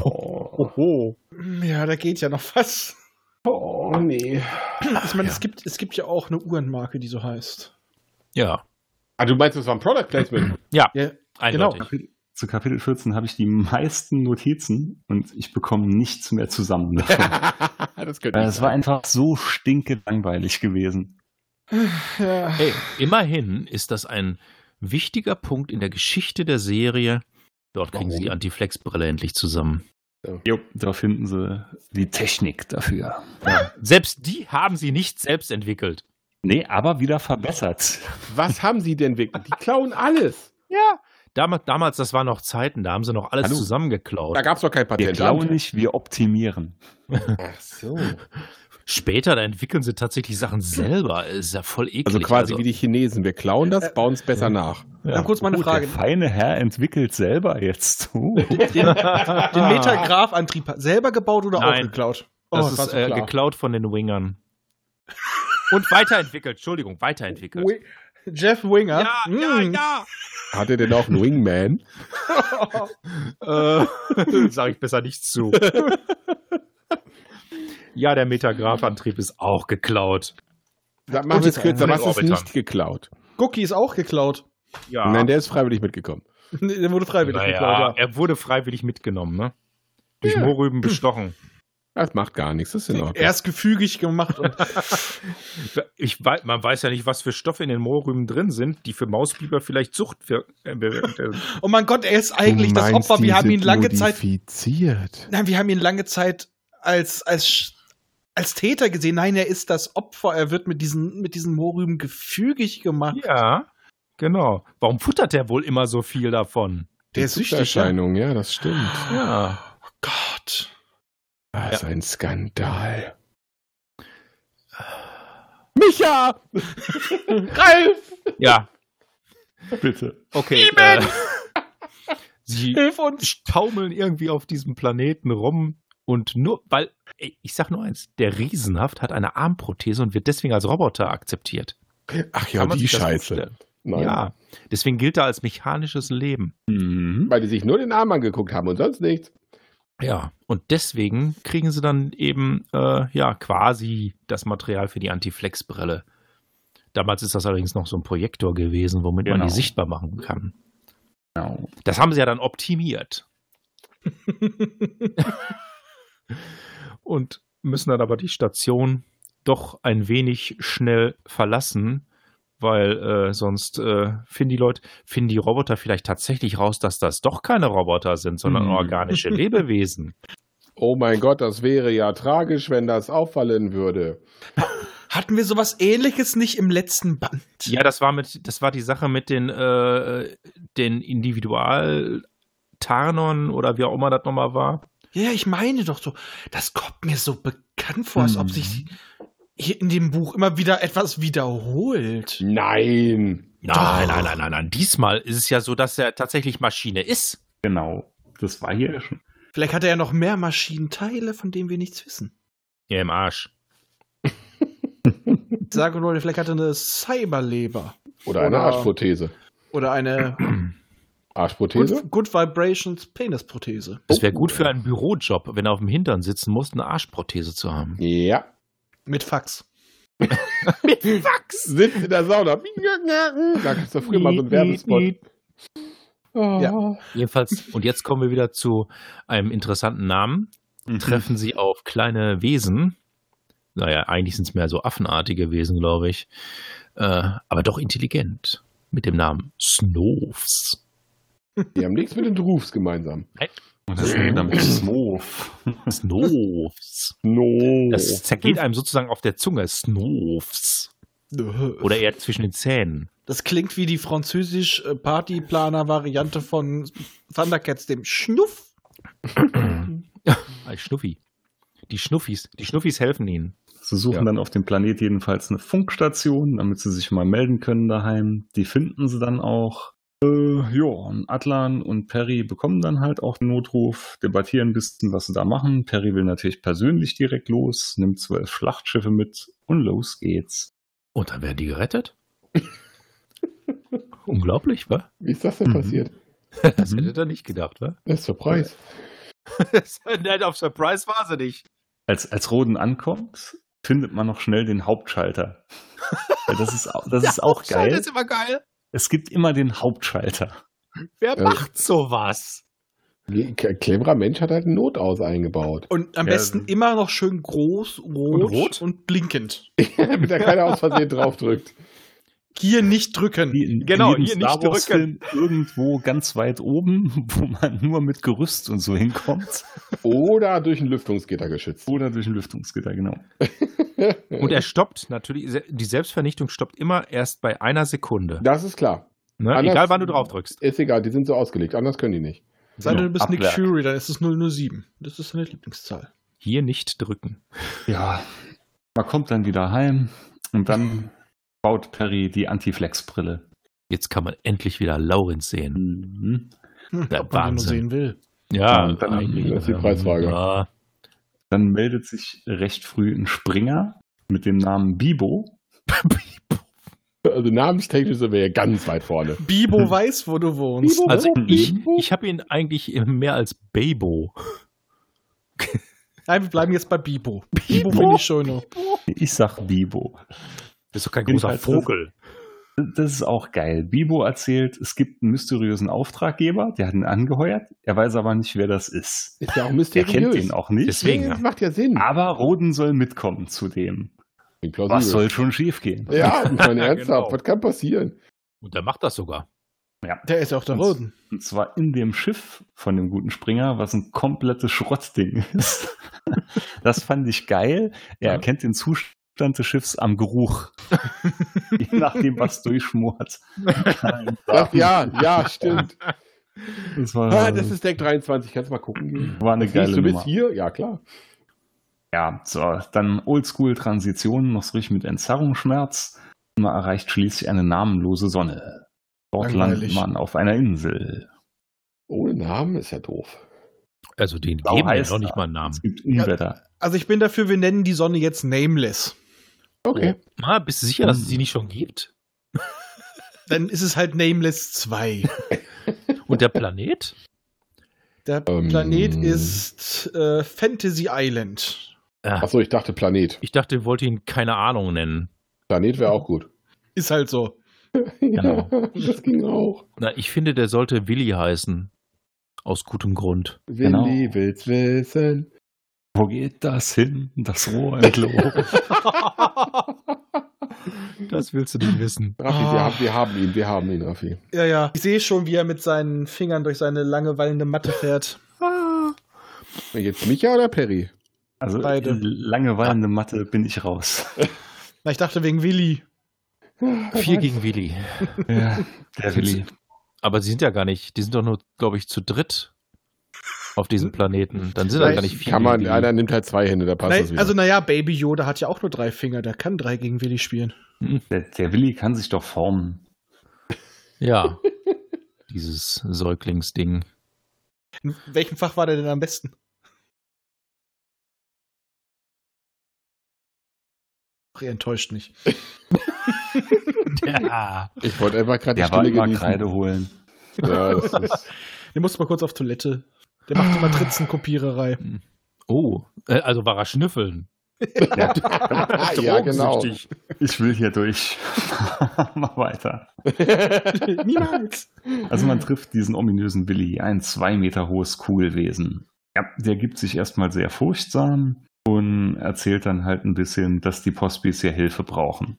Oh, "Mm, Ja, da geht ja noch was. [CLEARS THROAT] oh nee. Ich meine, es, gibt, es gibt ja auch eine Uhrenmarke, die so heißt. Ja, Ah, du meinst, das war ein Product Placement? eindeutig. Zu Kapitel 14 habe ich die meisten Notizen und ich bekomme nichts mehr zusammen davon. das könnte Äh, ich Es war einfach so stinkend langweilig gewesen. Ja. Hey, immerhin ist das ein wichtiger Punkt in der Geschichte der Serie. Dort kriegen sie die Antiflex-Brille endlich zusammen. Jo. Da finden sie die Technik dafür. Selbst die haben sie nicht selbst entwickelt. Nee, aber wieder verbessert. Was haben sie denn wirklich? Die klauen alles. Ja. Damals, damals, das waren noch Zeiten, da haben sie noch alles Hallo. Da zusammengeklaut. gab es doch kein Wir Patent. klauen nicht, wir optimieren. Ach so. Später, da entwickeln sie tatsächlich Sachen selber. Ist ja voll eklig. Also quasi wie die Chinesen. Wir klauen das, Äh, bauen es besser nach. Dann kurz meine Oh, Frage. Der feine Herr entwickelt selber jetzt. Oh. Den Metagraph-Antrieb selber gebaut oder Ah. Nein. auch geklaut? das Oh, war ist so äh, klar. geklaut von den Wingern. Und weiterentwickelt, Entschuldigung, weiterentwickelt. Wi- Jeff Winger. Ja, hm. ja, Mm. ja. [LAUGHS] Hat er denn auch einen Wingman? Äh, Sage ich besser nichts [LAUGHS] zu. ja, der Metagraph-Antrieb ist auch geklaut. Sag, machen wir es kürzer. von den Was ist Orbitern. nicht geklaut? Cookie ist auch geklaut. [LAUGHS] Ja. Nein, der ist freiwillig mitgekommen. Nee, Der wurde freiwillig naja, geklaut, ja. Er wurde freiwillig mitgenommen, ne? Durch [CLEARS THROAT] Mohrrüben bestochen. Das macht gar nichts. Das ist in Ordnung. Er ist gefügig gemacht. Und Ich wei- man weiß ja nicht, was für Stoffe in den Mohrrüben drin sind, die für Mausbiber vielleicht Sucht wir äh, wir- oh mein Gott, er ist eigentlich Du das meinst, Opfer. die Wir haben ihn sind lange Zeit. Modifiziert. Nein, wir haben ihn lange Zeit als, als, Sch- als Täter gesehen. Nein, er ist das Opfer. Er wird mit diesen, mit diesen Mohrrüben gefügig gemacht. [LAUGHS] Ja, genau. Warum futtert der wohl immer so viel davon? Der ist süchtig. Ja. Erscheinung, ja, das stimmt. Ja. Oh Gott. Das ist ein Skandal. Micha! Ralf! Ja, Bitte. okay. Äh, [LAUGHS] sie staumeln irgendwie auf diesem Planeten rum und nur, weil, ey, ich sag nur eins, der Riesenhaft hat eine Armprothese und wird deswegen als Roboter akzeptiert. Ach ja, Kann man die sich das Scheiße. vorstellen? Ja, deswegen gilt er als mechanisches Leben. Mhm. Weil die sich nur den Arm angeguckt haben und sonst nichts. Ja, und deswegen kriegen sie dann eben äh, ja quasi das Material für die Antiflex-Brille. Damals ist das allerdings noch so ein Projektor gewesen, womit man Genau. die sichtbar machen kann. Genau. Das haben sie ja [LAUGHS] dann optimiert. und müssen dann aber die Station doch ein wenig schnell verlassen, weil äh, sonst äh, finden die Leute, finden die Roboter vielleicht tatsächlich raus, dass das doch keine Roboter sind, sondern Hm. [LAUGHS] organische Lebewesen. Oh mein Gott, das wäre ja tragisch, wenn das auffallen würde. Hatten wir sowas ähnliches nicht im letzten Band? Ja, das war mit, das war die Sache mit den, äh, den Individual-Tarnern oder wie auch immer das nochmal war. Ja, ich meine doch so. Das kommt mir so bekannt vor, als ob Mhm. sich hier in dem Buch immer wieder etwas wiederholt. Nein! Nein, nein, nein, nein, nein. Diesmal ist es ja so, dass er tatsächlich Maschine ist. genau. Das war hier schon. Vielleicht hatte er noch mehr Maschinenteile, von denen wir nichts wissen. Ja, im Arsch. Ich sage nur, vielleicht hatte er eine Cyberleber Oder eine Oder- Arschprothese. oder eine Arschprothese? Good, good Vibrations Penisprothese. Das wäre gut für einen Bürojob, wenn du auf dem Hintern sitzen musst, eine Arschprothese zu haben. Ja. Mit Fax. Mit Wachs! Sitzt in der Sauna. Da gab es doch früher mal so einen Werbespot. Ja. Jedenfalls, und jetzt kommen wir wieder zu einem interessanten Namen. Treffen sie auf kleine Wesen. Naja, eigentlich sind es mehr so affenartige Wesen, glaube ich. Äh, aber doch intelligent. Mit dem Namen Snowfs. Die haben nichts mit den Drufs gemeinsam. Und das ist damit Smooth. Snowfs. No. Das zergeht einem sozusagen auf der Zunge. Snowfs. Oder eher zwischen den Zähnen. Das klingt wie die französisch äh, Partyplaner-Variante von Thundercats, dem Schnuff. Als Schnuffi. Die Schnuffis. Die Schnuffis helfen ihnen. [CLEARS THROAT] Sie suchen Ja. dann auf dem Planet jedenfalls eine Funkstation, damit sie sich mal melden können daheim. Die finden sie dann auch. Äh, ja, und Atlan und Perry bekommen dann halt auch den Notruf, debattieren ein bisschen, was sie da machen. Perry will natürlich persönlich direkt los, nimmt zwölf Schlachtschiffe mit und los geht's. Und dann werden die gerettet? Unglaublich, wa? Wie ist das denn Mhm. passiert? Das Mhm. hätte er nicht gedacht, wa? Das ist Surprise. Nein, auf Surprise war sie nicht. Als, als Roden ankommt, findet man noch schnell den Hauptschalter. [LAUGHS] Weil das ist, au- das ist auch geil. Das ist immer geil. Es gibt immer den Hauptschalter. Wer Ja. macht sowas? Ein Cleverer Mensch hat halt einen Notaus eingebaut. [LAUGHS] Und am Ja. besten immer noch schön groß, rot und, rot? blinkend. Damit da keiner aus Versehen draufdrückt. Hier nicht drücken. Wie in, Genau, in jedem hier nicht Star Wars Film irgendwo ganz weit oben, [LAUGHS] wo man nur mit Gerüst und so hinkommt. Oder durch ein Lüftungsgitter geschützt. Oder durch ein Lüftungsgitter, genau. Und er stoppt natürlich, se- die Selbstvernichtung stoppt immer erst bei einer Sekunde. Das ist klar. Ne? Anders- Egal wann du drauf drückst. Ist egal, die sind so ausgelegt. Anders können die nicht. Sei denn, du bist Nick Abwerk. Fury, dann ist es 007. Das ist seine Lieblingszahl. Hier nicht drücken. Ja, man kommt dann wieder heim und [LAUGHS] dann baut Perry die Antiflex-Brille. Jetzt kann man endlich wieder Laurenz sehen. Mhm. Hm, Der ob man den nur Wahnsinn. sehen will. Ja, Und dann- eigentlich, das ist die ähm, Preisfrage. Ja, Dann meldet sich recht früh ein Springer mit dem Namen Bibo. Also namenstechnisch sind wir ja ganz weit vorne. Bibo weiß, wo du wohnst. Bibo? also Mhm. ich, ich habe ihn eigentlich mehr als Babo. Nein, wir bleiben jetzt bei Bibo. Bibo finde ich schon. noch. Ich sag Bibo. Das ist doch kein großer Jedenfalls- Vogel. Das ist auch geil. Bibo erzählt, es gibt einen mysteriösen Auftraggeber, der hat ihn angeheuert. Er weiß aber nicht, wer das ist. Ist ja auch Er mysteriös. kennt ihn auch nicht. Deswegen, Nee, das ja. macht ja Sinn. Aber Roden soll mitkommen zu dem. Klingt plausibel. Was soll schon schiefgehen? Ja, ich [LAUGHS] meine Ja, ernsthaft, genau. was kann passieren? Und er macht das sogar. Der ist ja auch der Roden. Und zwar in dem Schiff von dem guten Springer, was ein komplettes Schrottding ist. Das fand ich geil. Er Ja. erkennt den Zustand des Schiffs am Geruch. Je nachdem, was durchschmort. Ach, ja, ja, stimmt. Das war, Ah, das ist Deck 23, kannst du mal gucken. war eine Siehst geile du bist Nummer. hier? Ja, klar. Ja, so, dann Oldschool-Transitionen, noch so richtig mit Entzerrungsschmerz. Man erreicht schließlich eine namenlose Sonne. Dort landet Langweilig. man auf einer Insel. Ohne Namen ist ja doof. Also den Sau geben wir heiß noch nicht da. mal einen Namen. Es gibt Unwetter. Also ich bin dafür, wir nennen die Sonne jetzt Nameless. Okay. Ah, bist du sicher, dass es die nicht schon gibt? Dann ist es halt Nameless 2. Und der Planet? Der Ähm. Planet ist äh, Fantasy Island. Ah, Achso, ich dachte Planet. ich dachte, ihr wollt ihn keine Ahnung nennen. Planet wäre auch [LAUGHS] gut. Ist halt so. Ja, Genau. das ging auch. Na, ich finde, der sollte Willi heißen. Aus gutem Grund. Genau. Willi will's wissen. Wo geht das hin? Das Rohr im Klo. Das willst du nicht wissen. Raffi, wir, Ah. haben, wir haben ihn, wir haben ihn, Raffi. Ja, ja. Ich sehe schon, wie er mit seinen Fingern durch seine langeweilende Matte fährt. Jetzt Micha oder Perry? Also Beide. langeweilende Mathe bin ich raus. Na, ich dachte wegen Willi. Vier gegen Willi. ja, der Willi. Aber sie sind ja gar nicht, die sind doch nur, glaube ich, zu dritt auf diesem Planeten. Dann sind da gar nicht vier. Kann man, gegen einer nimmt halt zwei Hände, da passt das Nein, wieder. also naja, Baby Yoda hat ja auch nur drei Finger. Der kann drei gegen Willi spielen. Der, der Willi kann sich doch formen. Willi. Ja. Dieses Säuglingsding. In welchem Fach war der denn am besten? Ach, ihr enttäuscht mich. Ja. ich wollte einfach gerade die Der war Stille immer genießen. Kreide holen. Ja, das ist, Der musste mal kurz auf Toilette. Der macht die Matrizenkopiererei. Oh, äh, also war er schnüffeln. ah, ja, genau. Drogensüchtig. Ich will hier durch. [LAUGHS] Mal weiter. Niemals. Also man trifft diesen ominösen Willi, ein zwei Meter hohes Kugelwesen. Ja, der gibt sich erstmal sehr furchtsam und erzählt dann halt ein bisschen, dass die Postbis ja Hilfe brauchen.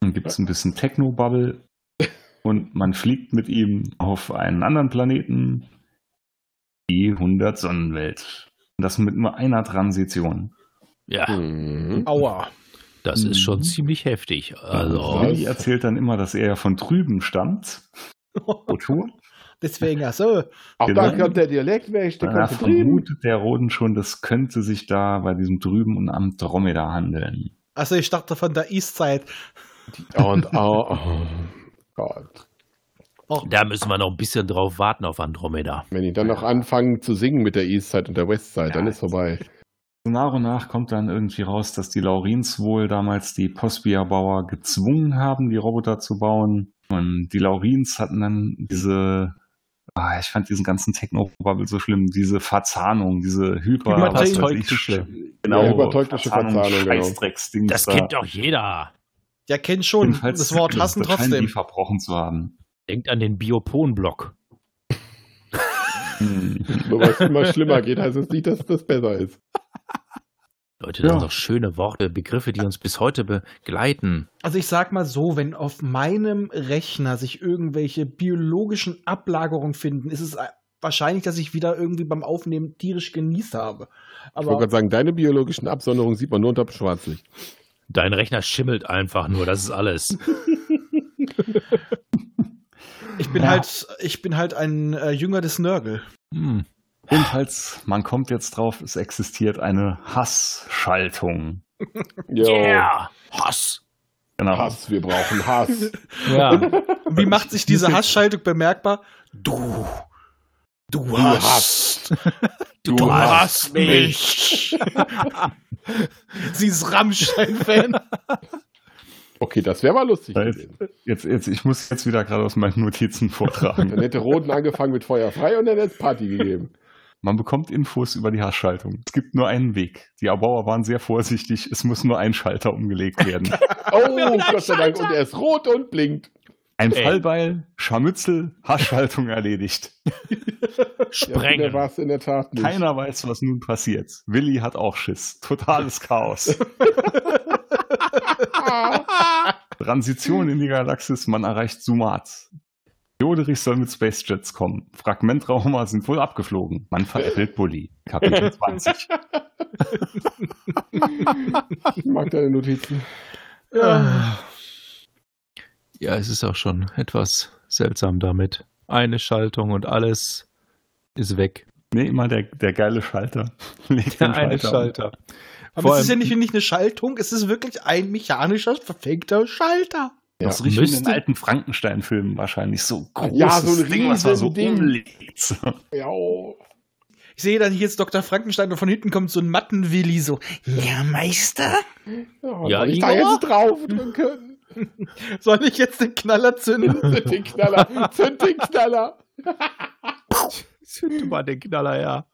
Dann gibt es ein bisschen Technobubble und man fliegt mit ihm auf einen anderen Planeten, die 100 Sonnenwelt. Und das mit nur einer Transition. Ja, Mhm. Aua. das ist schon Mhm. ziemlich heftig. Also, Willi erzählt dann immer, dass er ja von drüben stammt. Otto. Deswegen, ach so. Auch da Genau. kommt der Dialekt weg, der Da kommt vertrieben. vermutet der Roden schon, das könnte sich da bei diesem drüben und am Dromeda handeln. Also ich dachte von der Eastside. Und oh, oh Gott. da müssen wir noch ein bisschen drauf warten auf Andromeda. Wenn die dann noch anfangen zu singen mit der Eastside und der Westside, dann ist vorbei. So Also Nach und nach kommt dann irgendwie raus, dass die Laurins wohl damals die Pospia-Bauer gezwungen haben, die Roboter zu bauen. Und die Laurins hatten dann diese, ah, ich fand diesen ganzen Techno-Bubble so schlimm, diese Verzahnung, diese hyper Überteutische. Genau, Ja, überteutische Verzahnung, genau. Scheißdrecksdings Das da. kennt doch jeder. Ja, kennt schon. Jedenfalls das Wort scheinen hassen die trotzdem. verbrochen zu haben. Denkt an den Biopon-Block. Hm. Nur weil es immer schlimmer geht, heißt es nicht, dass das besser ist. Leute, das Ja. sind doch schöne Worte, Begriffe, die uns bis heute begleiten. Also ich sag mal so, wenn auf meinem Rechner sich irgendwelche biologischen Ablagerungen finden, ist es äh, wahrscheinlich, dass ich wieder irgendwie beim Aufnehmen tierisch genießt habe. Ich wollte Aber gerade sagen, deine biologischen Absonderungen sieht man nur unter dem Schwarzlicht. Dein Rechner schimmelt einfach nur, das ist [LAUGHS] alles. ich bin Ja. halt, ich bin halt ein äh, Jünger des Nörgel. Hm. Jedenfalls, man kommt jetzt drauf, es existiert eine Hassschaltung. Yo, Yeah! Oh, Hass! Genau. Hass, wir brauchen Hass. Ja. Und wie macht sich diese Hassschaltung bemerkbar? Du. Du hast. Du, hast mich! Sie ist Rammstein-Fan. Okay, das wäre mal lustig Da ist- gewesen. Jetzt, jetzt, ich muss jetzt wieder gerade aus meinen Notizen Dann vortragen. hätte [LAUGHS] Roden angefangen mit Feuer frei und dann hätte es Party gegeben. Man bekommt Infos über die Hassschaltung. Es gibt nur einen Weg. Die Erbauer waren sehr vorsichtig. Es muss nur ein Schalter umgelegt werden. [LAUGHS] Oh, Gott sei Dank. Und er ist rot und blinkt. Ein Ey. Fallbeil, Scharmützel, Hassschaltung erledigt. Der war Sprengen! es in der Tat nicht. Keiner weiß, was nun passiert. Willi hat auch Schiss. Totales [LAUGHS] Chaos. Transition in die Galaxis, man erreicht Sumat. Joderich soll mit Spacejets kommen. Fragmentraumer sind wohl abgeflogen. Man veräppelt Bulli. [LAUGHS] Kapitel 20. Ich mag deine Notizen. Ja, es ist auch schon etwas seltsam damit. Eine Schaltung und alles ist [LAUGHS] weg. Nee, immer der, der geile Schalter. [LAUGHS] Legt den Schalter um. Aber Vor es ist ja allem- nicht, nicht eine Schaltung, es ist wirklich ein mechanischer, verfängter Schalter. Das Ja. riecht wie in den Müsste- alten Frankenstein-Filmen wahrscheinlich. So großes Ja, so ein Ding, was man so Riesending. umlegt. [LAUGHS] Ja, oh. Ich sehe dann hier jetzt Dr. Frankenstein und von hinten kommt so ein Mattenwilli so, ja, Meister, [LAUGHS] ja, Ja, soll ich da Igor? jetzt drauf drücken können? soll ich jetzt den Knaller zünden? Zünd den Knaller. Zünd den Knaller. Zünd mal den Knaller, ja.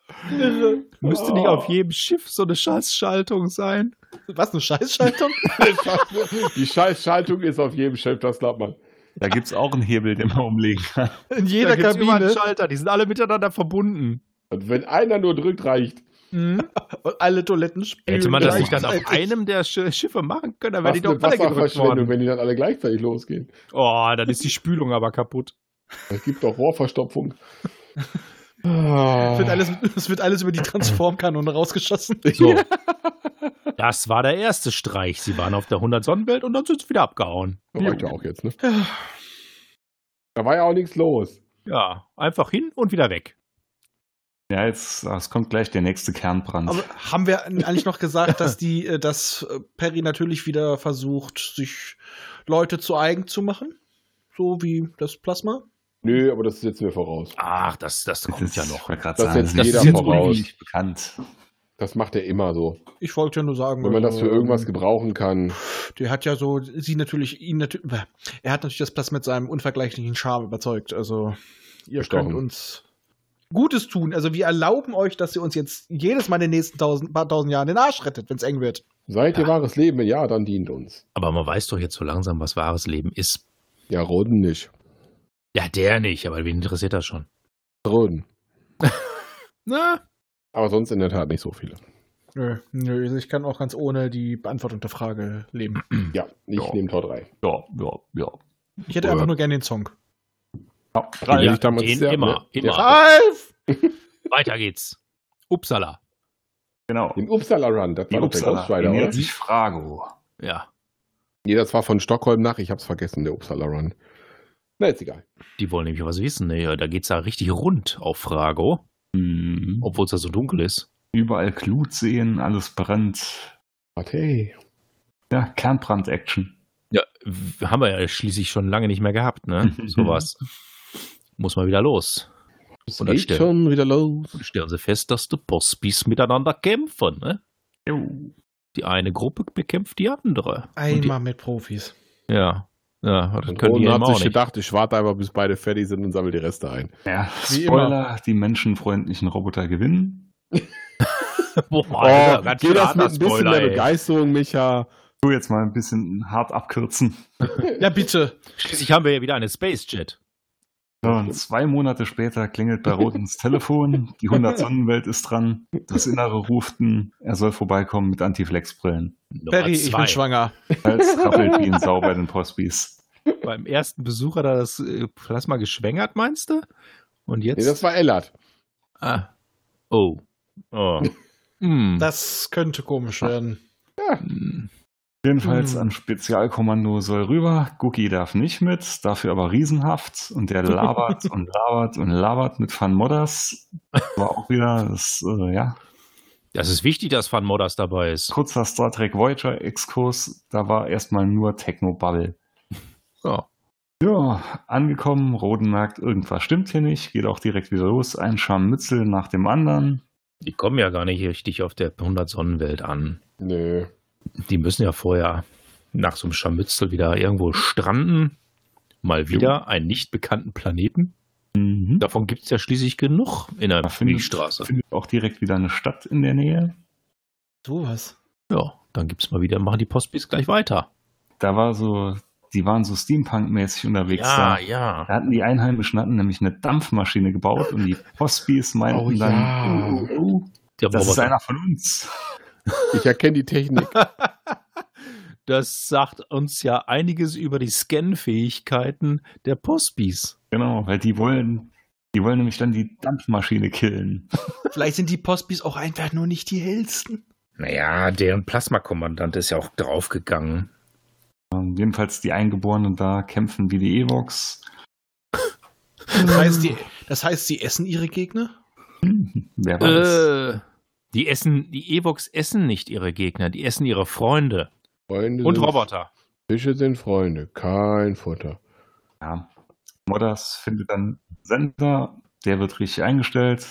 Müsste nicht auf jedem Schiff so eine Scheißschaltung sein? Was, eine Scheißschaltung? Die Scheißschaltung ist auf jedem Schiff, das glaubt man. Da gibt es auch einen Hebel, den man umlegen kann. In jeder Kabine. Schalter, die sind alle miteinander verbunden. Und wenn einer nur drückt, reicht. Mhm. Und alle Toiletten spülen. Äh, Hätte man das nicht dann auf gleichzeitig. einem der Sch- Schiffe machen können, dann wäre Was die doch eine weitergedrückt Wasserverschwendung, worden. wenn die dann alle gleichzeitig losgehen. Oh, dann ist die Spülung aber kaputt. Es gibt doch Rohrverstopfung. Es wird, alles, es wird alles über die Transformkanone rausgeschossen. [LAUGHS] So. Das war der erste Streich. Sie waren auf der 100 Sonnenwelt und dann sind sie wieder abgehauen. Reicht ja auch jetzt, ne? Da war ja auch nichts los. Ja, einfach hin und wieder weg. Ja, jetzt es kommt gleich der nächste Kernbrand. Aber haben wir eigentlich noch gesagt, dass die, äh, dass äh, Perry natürlich wieder versucht, sich Leute zu eigen zu machen? So wie das Plasma? Nö, aber das setzen wir voraus. Ach, das, das kommt ja noch. Das, Das setzt jeder voraus. nicht bekannt. Das macht er immer so. Ich wollte ja nur sagen, Wenn man das für äh, irgendwas gebrauchen kann. Der hat ja so, sie natürlich, ihn natürlich, er hat natürlich das Plasma mit seinem unvergleichlichen Charme überzeugt. Also Ihr könnt uns Gutes tun. Also wir erlauben euch, dass ihr uns jetzt jedes Mal in den nächsten tausend, paar tausend Jahren den Arsch rettet, wenn es eng wird. Seid ihr wahres Leben, ja, dann dient uns. Aber man weiß doch jetzt so langsam, was wahres Leben ist. Ja, Roden nicht. Ja, der nicht, aber wen interessiert das schon? Roden. Na? Aber sonst in der Tat nicht so viele. Nö, nö, also ich kann auch ganz ohne die Beantwortung der Frage leben. Ja, ich Ja. nehme Tor 3. Ja, ja, ja. Ich hätte einfach nur gerne den Song. ja Ja, drei. ich damals den sehr- ne, immer, der- immer. Alf! Weiter geht's. Uppsala. Genau. Den Uppsala Run, das war doch der Ghost Rider, oder? sich Frago. Ja, Nee, das war von Stockholm nach, ich hab's vergessen, der Uppsala Run. Na, ist egal. die wollen nämlich was wissen. Ne? Da geht's ja richtig rund auf Frago, Mhm. obwohl es da so dunkel ist. Überall Glut sehen, alles brennt. Warte, hey. Ja, Kernbrand-Action. Ja, w- haben wir ja schließlich schon lange nicht mehr gehabt, [LAUGHS] ne? Sowas. Muss mal wieder los. Es Und dann geht still. schon wieder los. Und stellen sie fest, dass die Postbis miteinander kämpfen, ne? Jo. Die eine Gruppe bekämpft die andere. Und Einmal mit Profis. Die, ja. Ja, das Und können die Roden eben hat auch sich nicht. gedacht, ich warte einfach, bis beide fertig sind und sammle die Reste ein. Ja, Wie Spoiler, die menschenfreundlichen Roboter gewinnen. Boah, Oh, Alter, ganz geh schön das mit harter ein bisschen Spoiler, der ey. Begeisterung, Micha. Du jetzt mal ein bisschen hart abkürzen. Ja, bitte. Schließlich haben wir ja wieder eine Space Jet. Ja, und zwei Monate später klingelt bei Rotens Telefon. Die 100 Sonnenwelt ist dran. Das Innere ruft ihn, er soll vorbeikommen mit Antiflexbrillen. Nummer Perry, ich bin schwanger. Als rappelt wie ein Sau bei den Postbis. Beim ersten Besuch hat er das äh, Plasma geschwängert, meinst du? Und jetzt? Nee, das war Ellert. ah. Oh. Oh. Hm. Das könnte komisch werden. Mhm. Jedenfalls ein Spezialkommando soll rüber. Guki darf nicht mit, dafür aber riesenhaft. Und der labert [LAUGHS] und labert und labert mit Van Modders. War auch wieder das, äh, ja, Das ist wichtig, dass Van Modders dabei ist. kurzer Star Trek Voyager Exkurs. Da war erstmal nur Technobubble. Ja. Ja, angekommen, Roden merkt, irgendwas stimmt hier nicht, geht auch direkt wieder los, ein Scharmützel nach dem anderen. Die kommen ja gar nicht richtig auf der 100-Sonnenwelt an. Nö. Die müssen ja vorher nach so einem Scharmützel wieder irgendwo stranden. Mal wieder einen nicht bekannten Planeten. Mhm. Davon gibt es ja schließlich genug in der Da findet- Milchstraße. Findet auch direkt wieder eine Stadt in der Nähe. Du was? Ja, dann gibt's mal wieder, machen die Postbis gleich weiter. Da war so, die waren so Steampunk-mäßig unterwegs. da. ja. Da hatten die Einheimischen hatten nämlich eine Dampfmaschine gebaut und die Postbis meinten Oh dann, ja. oh, oh, oh, Der das ist Roboter. einer von uns. Ich erkenne die [LAUGHS] Technik. Das sagt uns ja einiges über die Scan-Fähigkeiten der Postbis. Genau, weil die wollen, die wollen nämlich dann die Dampfmaschine killen. Vielleicht sind die Postbis auch einfach nur nicht die hellsten. Naja, deren Plasmakommandant ist ja auch draufgegangen. Ähm, jedenfalls die Eingeborenen da kämpfen wie die Evox. Das heißt, die, das heißt, sie essen ihre Gegner? Wer weiß. Äh, die essen, die Evox essen nicht ihre Gegner, die essen ihre Freunde Äh, Freunde und sind- Roboter. Fische sind Freunde, kein Futter. Ja. Modders findet dann einen Sender, der wird richtig eingestellt,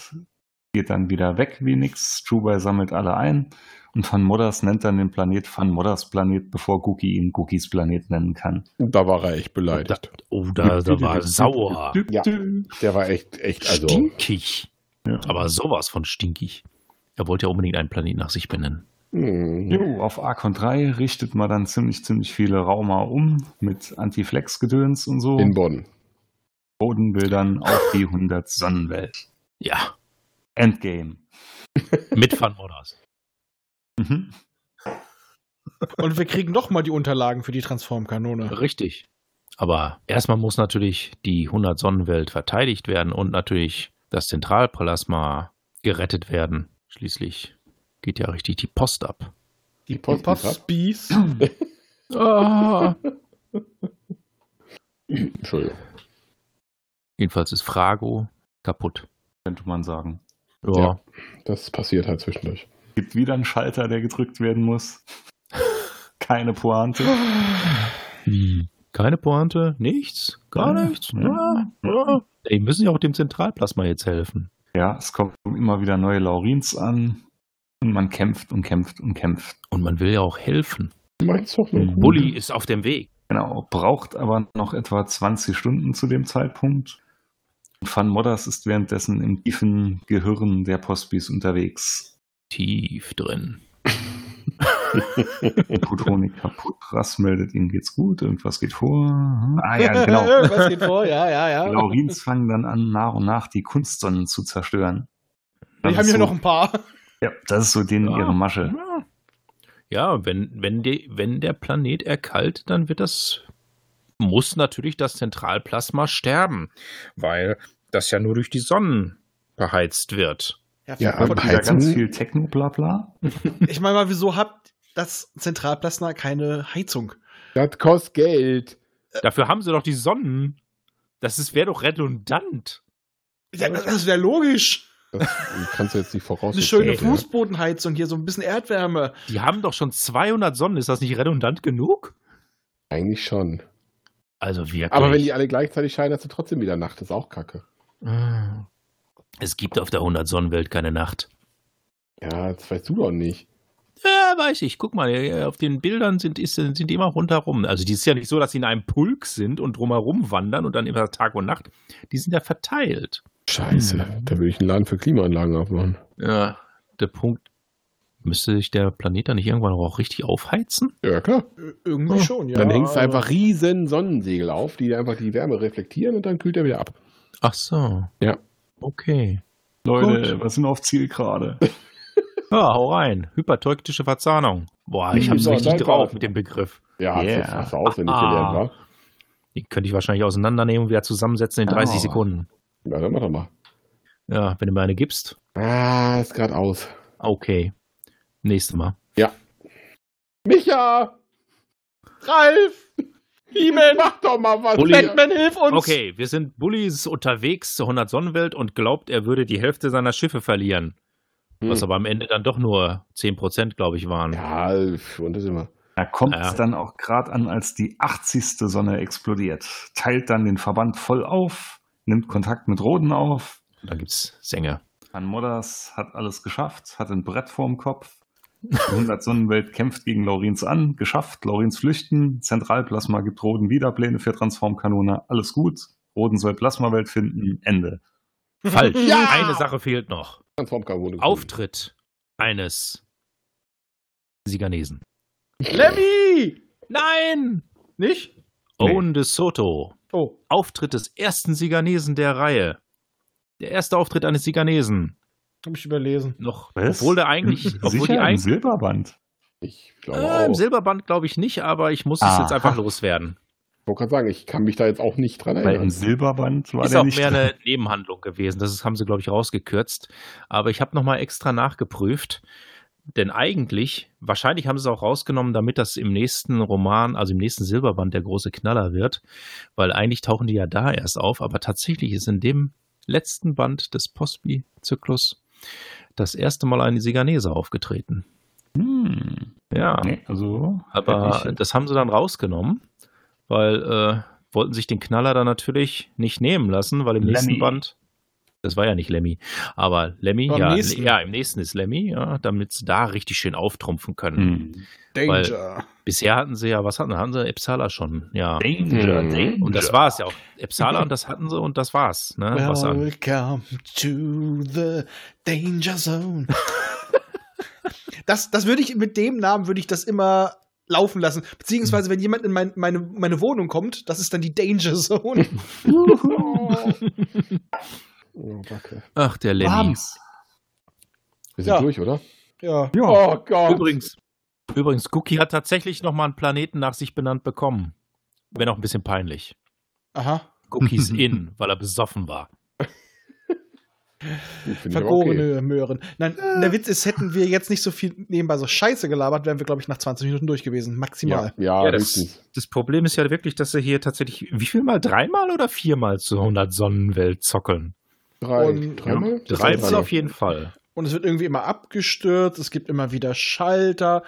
geht dann wieder weg wie nix. Chubai sammelt alle ein und Van Modders nennt dann den Planet Van Modders Planet, bevor Gookie ihn Gookies Planet nennen kann. Da war er echt beleidigt. Oh, da, da war er sauer. Ja. Der war echt, echt, also. Stinkig. Ja. Aber sowas von stinkig. Er wollte ja unbedingt einen Planeten nach sich benennen. Hm. Jo, auf Arkon 3 richtet man dann ziemlich, ziemlich viele Raumer um mit Antiflex-Gedöns und so. In Bonn. Bodenbildern auf die 100 Sonnenwelt. Ja, Endgame. mit Van Modders. Mhm. Und wir kriegen noch mal die Unterlagen für die Transformkanone. Richtig. Aber erstmal muss natürlich die 100 Sonnenwelt verteidigt werden und natürlich das Zentralplasma gerettet werden. Schließlich geht ja richtig die Post ab. Die Post Postbis? Entschuldigung. Jedenfalls ist Frago kaputt. Könnte man sagen. Ja. Ja. Das passiert halt zwischendurch. Gibt wieder einen Schalter, der gedrückt werden muss. Keine Pointe. Hm. Keine Pointe, nichts, gar Ja. nichts. Ja. Ja. Die müssen ja auch dem Zentralplasma jetzt helfen. Ja, es kommen immer wieder neue Laurins an. Und man kämpft und kämpft und kämpft. Mhm. Und man will ja auch helfen. Meinst doch nicht. Bulli ist auf dem Weg. Genau. Braucht aber noch etwa 20 Stunden zu dem Zeitpunkt. Van Modders ist währenddessen im tiefen Gehirn der Postbis unterwegs. Tief drin. Putronik kaputt, Rass meldet, ihm geht's gut, irgendwas geht vor. Hm? Ah [LAUGHS] ja, genau. Äh, Was geht [LAUGHS] vor? Ja, ja, ja. Laurins fangen dann an, nach und nach die Kunstsonnen zu zerstören. Wir Das haben ist hier so, noch ein paar. ja, das ist so denen Ja. ihre Masche. Ja, wenn, wenn, die, wenn der Planet erkaltet, dann wird das, muss natürlich das Zentralplasma sterben, weil das ja nur durch die Sonnen beheizt wird. Ja, von- aber- Wieder ganz Heizung? viel Techno-Blabla. ich meine mal, wieso hat das Zentralplasma keine Heizung? Das kostet Geld. Dafür haben sie doch die Sonnen. Das ist- wäre doch redundant. Ja, das wäre logisch. Das kannst du jetzt nicht voraussetzen. [LAUGHS] Eine schöne Ja. Fußbodenheizung hier, so ein bisschen Erdwärme. Die haben doch schon 200 Sonnen. Ist das nicht redundant genug? Eigentlich schon. Also wirklich. Aber wenn die alle gleichzeitig scheinen, hast du trotzdem wieder Nacht. Das ist auch kacke. es gibt auf der 100-Sonnenwelt keine Nacht. Ja, das weißt du doch nicht. Ja, weiß ich. Guck mal, äh, auf den Bildern sind, ist, sind die immer rundherum. Also die ist ja nicht so, dass sie in einem Pulk sind und drumherum wandern und dann immer Tag und Nacht. Die sind ja verteilt. Scheiße. Da würde ich einen Laden für Klimaanlagen aufmachen. Ja. Der Punkt, müsste sich der Planet dann nicht irgendwann auch richtig aufheizen? Ja, klar. Oh. Irgendwie schon, ja. dann hängst du aber- einfach riesen Sonnensegel auf, die einfach die Wärme reflektieren und dann kühlt er wieder ab. Ach so. Ja. Okay. Leute, was sind wir auf Ziel gerade? Ja, hau rein. Hyperteuktische Verzahnung. Boah, ich hab's Ja, richtig danke. drauf mit dem Begriff. Ja, Yeah. das hast du auswendig Ah. gelernt, wa? Den könnte ich wahrscheinlich auseinandernehmen und wieder zusammensetzen in 30 Oh. Sekunden. Na, dann mach doch mal. Ja, wenn du mir eine gibst. Ah, ist gerade aus. Okay. Nächstes Mal. Micha! Ralf! He-Man! [LAUGHS] Mach doch mal was! Bulli. Batman, hilf uns! Okay, wir sind Bullies unterwegs zur 100 Sonnenwelt und glaubt, er würde die Hälfte seiner Schiffe verlieren. Was Hm. aber am Ende dann doch nur 10%, glaube ich, waren. Ja, pf, und das immer. Da kommt Ja. es dann auch gerade an, als die 80. Sonne explodiert. Teilt dann den Verband voll auf, nimmt Kontakt mit Roden auf. Und Dann gibt's Sänger. Van Modders hat alles geschafft, hat ein Brett vorm Kopf. Die 100 Sonnenwelt kämpft gegen Laurins an, geschafft, Laurins flüchten. Zentralplasma gibt Roden wieder Pläne für Transformkanone, alles gut. Roden soll Plasmawelt finden, Ende. [LAUGHS] Falsch. Ja! Eine Sache fehlt noch. Transformkarbone. Auftritt eines Siganesen. Lemmy! Nein! Nicht? Nee. Owen de Soto. Oh. Auftritt des ersten Siganesen der Reihe. Der erste Auftritt eines Siganesen. Hab ich überlesen. Noch, Was? obwohl der eigentlich, obwohl die Sicher ein eigentlich, Silberband. Ich glaube Ah, äh, auch. im Ich Silberband glaube ich nicht, aber ich muss es jetzt Aha. einfach loswerden. wollte gerade sagen, ich kann mich da jetzt auch nicht dran Weil im erinnern. Silberband war Ist der auch nicht. mehr eine Nebenhandlung gewesen. Das ist- haben sie glaube ich rausgekürzt. Aber ich habe noch mal extra nachgeprüft, denn eigentlich, wahrscheinlich haben sie es auch rausgenommen, damit das im nächsten Roman, also im nächsten Silberband der große Knaller wird, weil eigentlich tauchen die ja da erst auf. Aber tatsächlich ist in dem letzten Band des Postby-Zyklus das erste Mal ein Siganese aufgetreten. hm. Ja, nee, also aber hätte ich- das haben sie dann rausgenommen, weil äh, wollten sich den Knaller dann natürlich nicht nehmen lassen, weil im nächsten Lemmy. Band. Das war ja nicht Lemmy, aber Lemmy, Beim ja, nächsten. ja, im nächsten ist Lemmy, ja, damit sie da richtig schön auftrumpfen können. Hm. Danger. Bisher hatten sie ja, was hatten, hatten sie Epsala schon, ja. Danger, Mhm. Danger. Und das war es ja auch. Epsala und das hatten sie und das war's. Ne? was an. Welcome to the Danger Zone. das, das würde ich, mit dem Namen würde ich das immer laufen lassen. Beziehungsweise, wenn jemand in mein, meine, meine Wohnung kommt, das ist dann die Danger Zone. Oh, Backe. Ach, der Lemmy. Abends. Wir sind Ja. durch, oder? ja. Oh Gott. Übrigens, übrigens, Cookie hat tatsächlich nochmal einen Planeten nach sich benannt bekommen. Wäre noch ein bisschen peinlich. Aha. [LAUGHS] Cookies in, weil er besoffen war. Ich finde aber okay. Vergorene Möhren. Nein, der Witz ist, hätten wir jetzt nicht so viel nebenbei so Scheiße gelabert, wären wir, glaube ich, nach 20 Minuten durch gewesen. Maximal. Ja, ja, Ja, höchstens. das, das Problem ist ja wirklich, dass sie hier tatsächlich, wie viel mal? Dreimal oder viermal zur 100 Sonnenwelt zockeln? Drei, Und- dreimal? Dreimal Dreimal. auf jeden Fall. Und es wird irgendwie immer abgestürzt, es gibt immer wieder Schalter.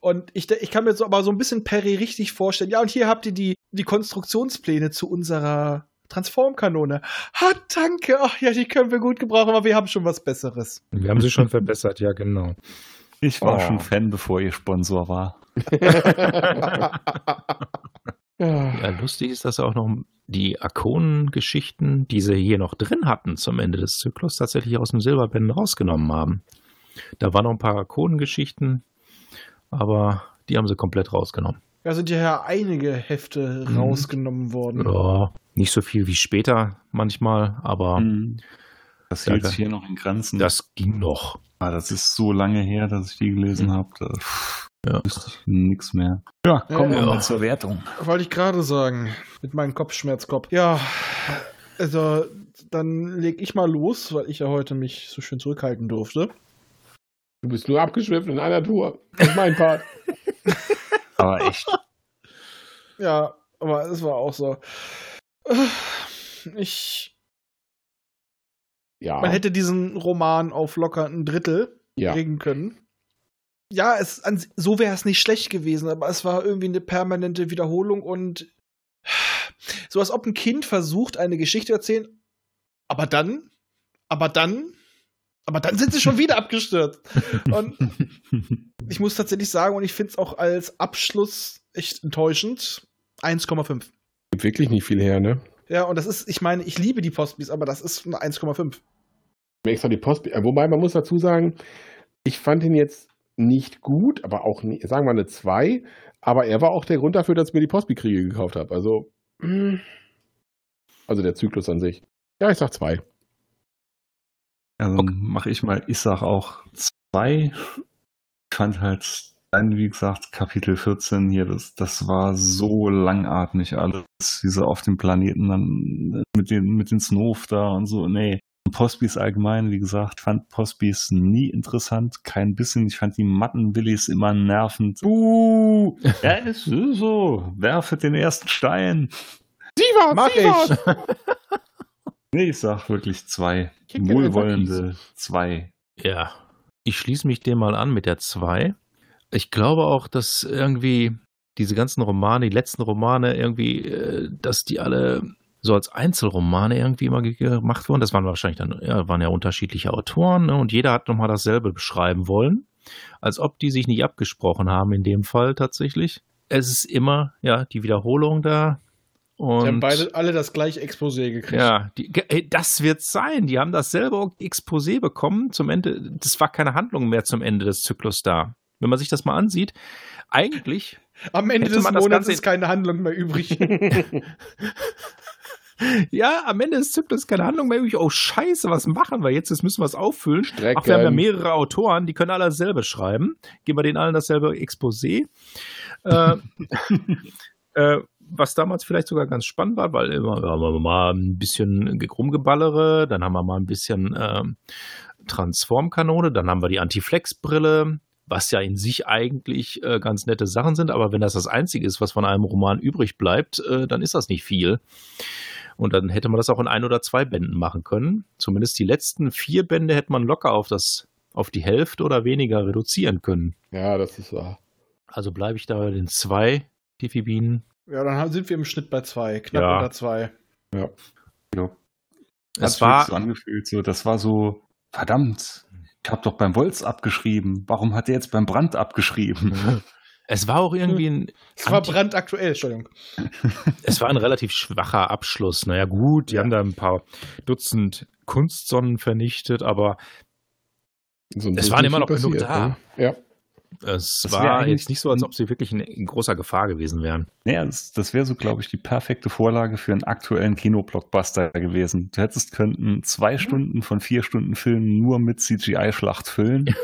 Und ich, de- ich kann mir so aber so ein bisschen Perry richtig vorstellen. Ja, und hier habt ihr die, die Konstruktionspläne zu unserer Transformkanone. Ha, danke. Ach ja, die können wir gut gebrauchen, aber wir haben schon was Besseres. Wir haben sie schon verbessert, ja, genau. Ich war Oh. schon Fan, bevor ihr Sponsor war. Ja, lustig ist, dass sie auch noch die Arkonen-Geschichten, die sie hier noch drin hatten zum Ende des Zyklus, tatsächlich aus dem Silberbänden rausgenommen haben. Da waren noch ein paar Arkonen-Geschichten, aber die haben sie komplett rausgenommen. Da sind ja einige Hefte Mhm. rausgenommen worden. Ja, Hm. nicht so viel wie später manchmal, aber Das Ja, hielt da- sich hier noch in Grenzen. das ging noch. Ah, das ist so lange her, dass ich die gelesen habe. Da Mhm. Ja. wüsste ich nix mehr. Ja, kommen wir ja. mal zur Wertung. Wollte ich gerade sagen. Mit meinem Kopfschmerzkopf. Ja, also dann leg ich mal los, weil ich ja heute mich so schön zurückhalten durfte. Du bist nur abgeschwiffen in einer Tour. Das ist [LAUGHS] mein Part. Aber echt. Ja, aber es war auch so. Ich, Ja. man hätte diesen Roman auf locker ein Drittel Ja. kriegen können. Ja, es, an, so wäre es nicht schlecht gewesen, aber es war irgendwie eine permanente Wiederholung und so, als ob ein Kind versucht, eine Geschichte zu erzählen, aber dann, aber dann, aber dann sind sie schon wieder abgestürzt. Und [LAUGHS] ich muss tatsächlich sagen, und ich finde es auch als Abschluss echt enttäuschend, 1,5. Gibt wirklich nicht viel her, ne? Ja, und das ist, ich meine, ich liebe die Postbis, aber das ist eine 1,5. Mir extra die Post. äh, Wobei man muss dazu sagen, ich fand ihn jetzt nicht gut, aber auch nie, sagen wir eine 2, aber er war auch der Grund dafür, dass ich mir die Postbekriege gekauft habe. Also [CLEARS THROAT] mm. also der Zyklus an sich. Ja, ich sag 2. Also mache ich mal, ich sag auch zwei. Ich fand halt dann, wie gesagt, Kapitel 14 hier, das, das war so langatmig alles, wie sie auf dem Planeten dann mit den, mit den Snoof da und so, nee. Und Postbis allgemein, wie gesagt, fand Postbis nie interessant, kein bisschen. Ich fand die Mattenbillies immer nervend. Uh, [LAUGHS] ja, ist so, werfet den ersten Stein. Sieber, Mach ich. Nee, ich sag wirklich zwei. Kick in den Wohlwollende zwei. Ja, ich schließe mich dem mal an mit der 2. Ich glaube auch, dass irgendwie diese ganzen Romane, die letzten Romane irgendwie, äh, dass die alle so als Einzelromane irgendwie immer ge- gemacht wurden. Das waren wahrscheinlich dann, ja, waren ja unterschiedliche Autoren ne? und jeder hat nochmal dasselbe beschreiben wollen. Als ob die sich nicht abgesprochen haben in dem Fall tatsächlich. Es ist immer, ja, die Wiederholung da. Und Die haben beide alle das gleiche Exposé gekriegt. ja, die, ge- ey, das wird sein. Die haben das selber Exposé bekommen zum Ende. Das war keine Handlung mehr zum Ende des Zyklus da. Wenn man sich das mal ansieht, eigentlich, Am Ende Hätte des man das Monats Ganze- ist keine Handlung mehr übrig. [LAUGHS] ja, am Ende des Zyklus ist keine Handlung mehr. übrig. Oh, scheiße, was machen wir jetzt? Jetzt müssen wir es auffüllen. Strecken. Ach, wir haben ja mehrere Autoren, die können alle dasselbe schreiben. Geben wir denen allen dasselbe Exposé. Äh, äh, was damals vielleicht sogar ganz spannend war, weil immer ja, mal- mal ein bisschen Rumgeballere, dann haben wir mal ein bisschen ähm, Transformkanone, dann haben wir die Antiflex-Brille, was ja in sich eigentlich äh, ganz nette Sachen sind, aber wenn das das Einzige ist, was von einem Roman übrig bleibt, äh, dann ist das nicht viel. Und dann hätte man das auch in ein oder zwei Bänden machen können. Zumindest die letzten vier Bände hätte man locker auf das, auf die Hälfte oder weniger reduzieren können. Ja, das ist äh, wahr. Also bleibe ich da bei den zwei Tiffibinen. ja, dann haben- sind wir im Schnitt bei zwei, knapp Ja. unter zwei. Es Hat's wirklich war, so angefühlt, so, das war so, verdammt, ich habe doch beim Wolz abgeschrieben, warum hat er jetzt beim Brand abgeschrieben? Mhm. es war auch irgendwie ein, Es war Anti- brandaktuell, Entschuldigung. es war ein relativ schwacher Abschluss. Naja, gut, die haben da ein paar Dutzend Kunstsonnen vernichtet, aber So ein Es bisschen waren immer viel noch genug da. ne? Ja. es Das wär war eigentlich- jetzt nicht so, als ob sie wirklich in, in großer Gefahr gewesen wären. [LAUGHS] Naja, das, das wäre so, glaube ich, die perfekte Vorlage für einen aktuellen Kinoblockbuster gewesen. Du hättest könnten Mhm. zwei Stunden von vier Stunden Filmen nur mit CGI-Schlacht füllen.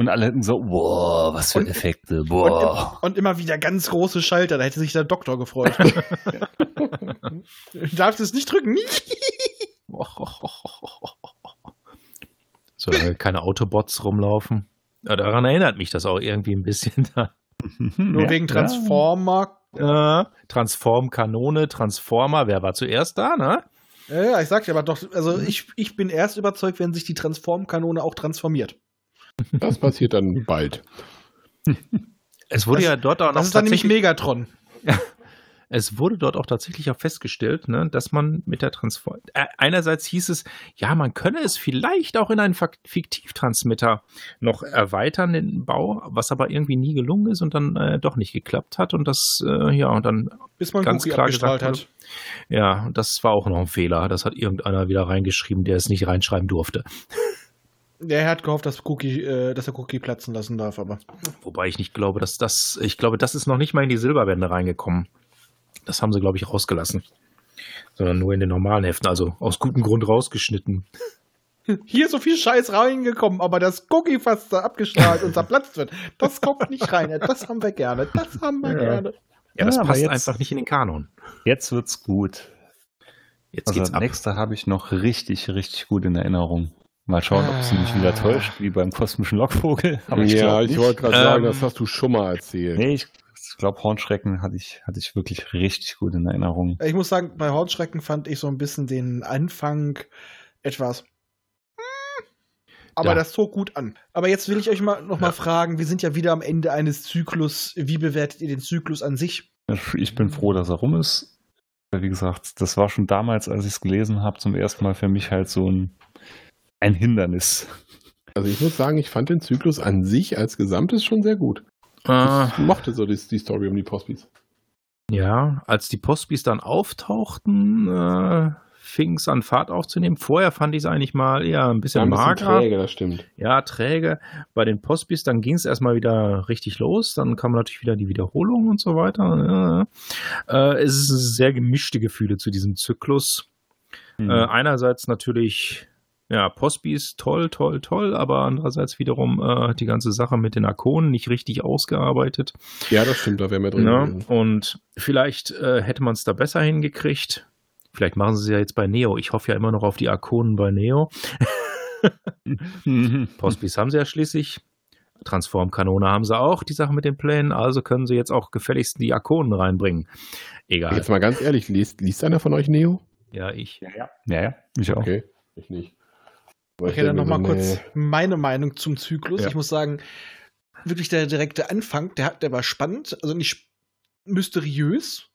Und alle hätten so, "Oh, wow, was für Und- Effekte, Und, wow. im- und immer wieder ganz große Schalter, da hätte sich der Doktor [LAUGHS] gefreut. du darfst es nicht drücken. Solange halt keine Autobots rumlaufen. Ja, daran erinnert mich das auch irgendwie ein bisschen. Nur wegen Transformer. Äh, Transformkanone, Transformer, wer war zuerst da, ne? Ja, ja ich sag dir aber doch, also ich, ich bin erst überzeugt, wenn sich die Transformkanone auch transformiert. Das passiert dann bald. Es wurde Das- ja dort auch noch Das ist dann nämlich tatsächlich, Megatron. Es wurde dort auch tatsächlich auch festgestellt, ne, dass man mit der Transform. Äh, einerseits hieß es, ja, man könne es vielleicht auch in einen Fak- Fiktivtransmitter noch erweitern, den Bau, was aber irgendwie nie gelungen ist und dann äh, doch nicht geklappt hat. Und das, äh, ja, und dann Bis man Ganz Cookie klar abgestrahlt gesagt, hat. ja, und das war auch noch ein Fehler. Das hat irgendeiner wieder reingeschrieben, der es nicht reinschreiben durfte. Der hat gehofft, dass, Cookie, äh, dass er Cookie platzen lassen darf, aber. Wobei ich nicht glaube, dass das, ich glaube, das ist noch nicht mal in die Silberbände reingekommen. Das haben sie, glaube ich, rausgelassen. Sondern nur in den normalen Heften, also aus gutem Grund rausgeschnitten. Hier ist so viel Scheiß reingekommen, aber das Cookie fast da abgestrahlt und zerplatzt wird, das kommt nicht rein. Das haben wir gerne. Das haben wir Ja. gerne. Ja, das Ja, aber passt jetzt- einfach nicht in den Kanon. Jetzt wird's gut. Jetzt Also geht's das ab. nächste habe ich noch richtig, richtig gut in Erinnerung. Mal schauen, ob Ah. sie mich wieder täuscht, wie beim kosmischen Lockvogel. [LAUGHS] Aber ich ja, glaub ich nicht. wollte gerade Ähm, sagen, das hast du schon mal erzählt. Nee, ich, ich glaube, Hornschrecken hatte ich, hatte ich wirklich richtig gut in Erinnerung. Ich muss sagen, bei Hornschrecken fand ich so ein bisschen den Anfang etwas. hm, Aber Ja. das zog gut an. Aber jetzt will ich euch mal noch mal fragen, wir sind ja wieder am Ende eines Zyklus. Wie bewertet ihr den Zyklus an sich? Ich bin froh, dass er rum ist. Weil, Wie gesagt, das war schon damals, als ich es gelesen habe, zum ersten Mal für mich halt so ein, ein Hindernis. [LAUGHS] Also ich muss sagen, ich fand den Zyklus an sich als Gesamtes schon sehr gut. Äh, Ich mochte so die, die Story um die Postbis. ja, als die Postbis dann auftauchten, äh, fing es an Fahrt aufzunehmen. Vorher fand ich es eigentlich mal eher ein bisschen Ja, ein bisschen mager. träge, das stimmt. ja, träge. Bei den Postbis, dann ging es erstmal wieder richtig los. Dann kam natürlich wieder die Wiederholung und so weiter. Ja. Äh, es ist sehr gemischte Gefühle zu diesem Zyklus. Äh, einerseits natürlich, ja, Postbis, toll, toll, toll, aber andererseits wiederum äh, die ganze Sache mit den Arkonen nicht richtig ausgearbeitet. Ja, das stimmt, da wären wir drin. Mhm. Ne? gewesen. Und vielleicht äh, hätte man es da besser hingekriegt. Vielleicht machen sie es ja jetzt bei Neo. Ich hoffe ja immer noch auf die Arkonen bei Neo. Mhm. Postbis haben sie ja schließlich. Transformkanone haben sie auch, die Sache mit den Plänen. Also können sie jetzt auch gefälligst die Arkonen reinbringen. Egal. Jetzt mal ganz ehrlich, liest, liest einer von euch Neo? Ja, ich. Ja, ja. ja, ja, ich auch. Okay, ich nicht. Aber Okay, denk dann mir noch mal so, kurz nee. meine Meinung zum Zyklus. Ja. Ich muss sagen, wirklich der direkte Anfang, der, hat- der war spannend, also nicht mysteriös.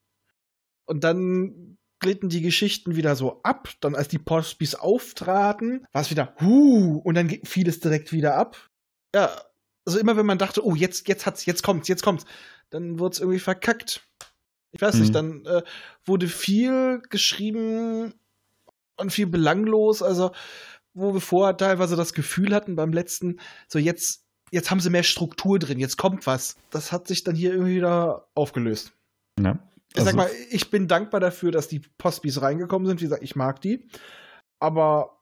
Und dann glitten die Geschichten wieder so ab. Dann, als die Postbis auftraten, war es wieder, huh, und dann ge- fiel es direkt wieder ab. Ja, also immer wenn man dachte, oh, jetzt, jetzt hat's, jetzt kommt's, jetzt kommt's, dann wurde es irgendwie verkackt. Ich weiß nicht, Mhm. dann äh, wurde viel geschrieben und viel belanglos, also wo wir vorher teilweise das Gefühl hatten beim letzten, so jetzt, jetzt haben sie mehr Struktur drin, jetzt kommt was. Das hat sich dann hier irgendwie wieder aufgelöst. Ja. Ich sag Also- mal, ich bin dankbar dafür, dass die Postbis reingekommen sind. Wie gesagt, ich mag die. Aber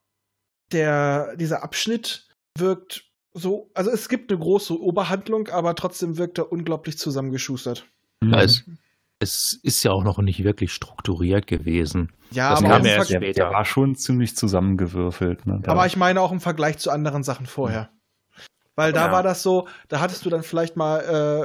der, dieser Abschnitt wirkt so, also es gibt eine große Oberhandlung, aber trotzdem wirkt er unglaublich zusammengeschustert. Mhm. Also, es ist ja auch noch nicht wirklich strukturiert gewesen. Ja, Das aber, kam auch im ja Ver- erst der, der später. war schon ziemlich zusammengewürfelt. Ne? Da- aber ich meine auch im Vergleich zu anderen Sachen vorher. Weil da Ja. war das so, da hattest du dann vielleicht mal,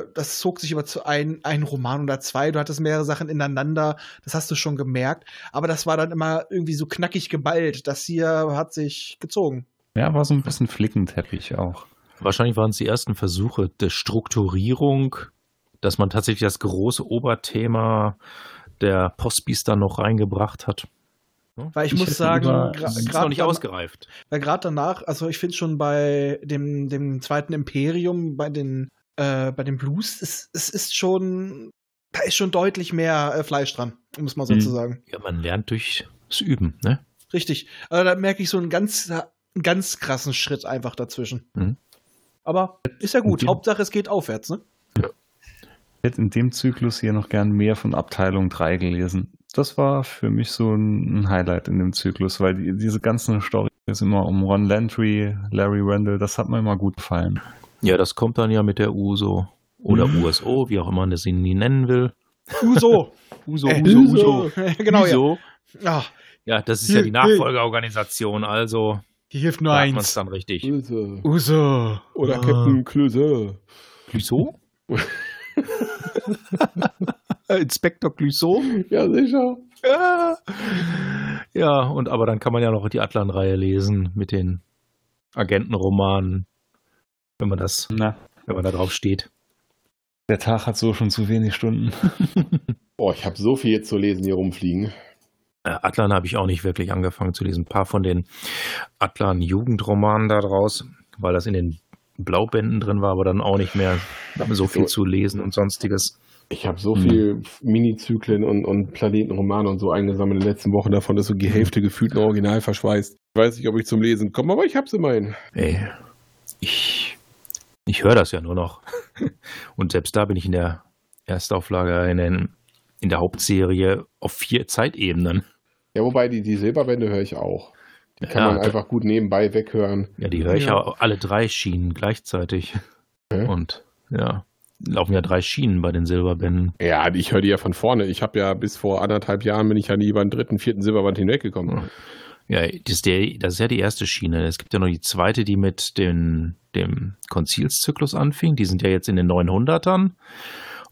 äh, das zog sich über zu ein, ein Roman oder zwei, du hattest mehrere Sachen ineinander, das hast du schon gemerkt, aber das war dann immer irgendwie so knackig geballt. Das hier hat sich gezogen. ja, war so ein bisschen Flickenteppich auch. Wahrscheinlich waren es die ersten Versuche der Strukturierung, dass man tatsächlich das große Oberthema der Postbis dann noch reingebracht hat. Weil ich, Ich muss hätte sagen, lieber- gra- es ist Ist grad noch nicht dann- ausgereift. Weil gerade danach, also ich finde schon bei dem, dem zweiten Imperium, bei den, äh, bei den Blues, es, es ist schon, da ist schon deutlich mehr äh, Fleisch dran, um es mal so Mhm. zu sagen. Ja, man lernt durchs Üben, ne? Richtig. Also da merke ich so einen ganz, einen ganz krassen Schritt einfach dazwischen. Mhm. Aber ist ja gut. Okay. Hauptsache es geht aufwärts, ne? Ich hätte in dem Zyklus hier noch gern mehr von Abteilung 3 gelesen. Das war für mich so ein Highlight in dem Zyklus, weil die, diese ganzen Storys immer um Ron Landry, Larry Randall, das hat mir immer gut gefallen. Ja, das kommt dann ja mit der USO oder USO, wie auch immer man das ihn nie nennen will. Uso. Äh, USO, [LAUGHS] USO, Uso. [LAUGHS] USO. genau, ja. USO. Ah, Ja, das ist ja die Hm, Nachfolgeorganisation, also die hilft nur sagt man es eins. dann richtig. Klöse. Uso. Oder Ah. Captain Klöse. Glüsso? Inspektor Glüsso? Ja, sicher. Ja. ja, und aber dann kann man ja noch die Atlan-Reihe lesen mit den Agentenromanen, wenn man das, Na, wenn man da drauf steht. der Tag hat so schon zu wenig Stunden. Oh, ich habe so viel jetzt zu lesen hier rumfliegen. Äh, Atlan habe ich auch nicht wirklich angefangen zu lesen. Ein paar von den Atlan-Jugendromanen da draus, weil das in den Blaubänden drin war, aber dann auch nicht mehr so viel zu lesen und sonstiges. Ich habe so viel Minizyklen und, und Planetenromane und so eingesammelt in den letzten Wochen. Davon ist so die Hälfte gefühlt ein Original verschweißt. Ich weiß nicht, ob ich zum Lesen komme, aber ich habe es immerhin. Ey, ich, ich höre das ja nur noch. [LAUGHS] Und selbst da bin ich in der Erstauflage, in, den, in der Hauptserie auf vier Zeitebenen. Ja, wobei die, die Silberbände höre ich auch. Die kann Ja, man da- einfach gut nebenbei weghören. Ja, die höre ich ja. alle drei Schienen gleichzeitig. Hä? Und ja, laufen ja drei Schienen bei den Silberbänden. Ja, ich höre die ja von vorne. Ich habe ja bis vor anderthalb Jahren bin ich ja nie über den dritten, vierten Silberband hinweggekommen. Ja, das ist, der, das ist ja die erste Schiene. Es gibt ja noch die zweite, die mit den, dem Konzilszyklus anfing. Die sind ja jetzt in den 900ern.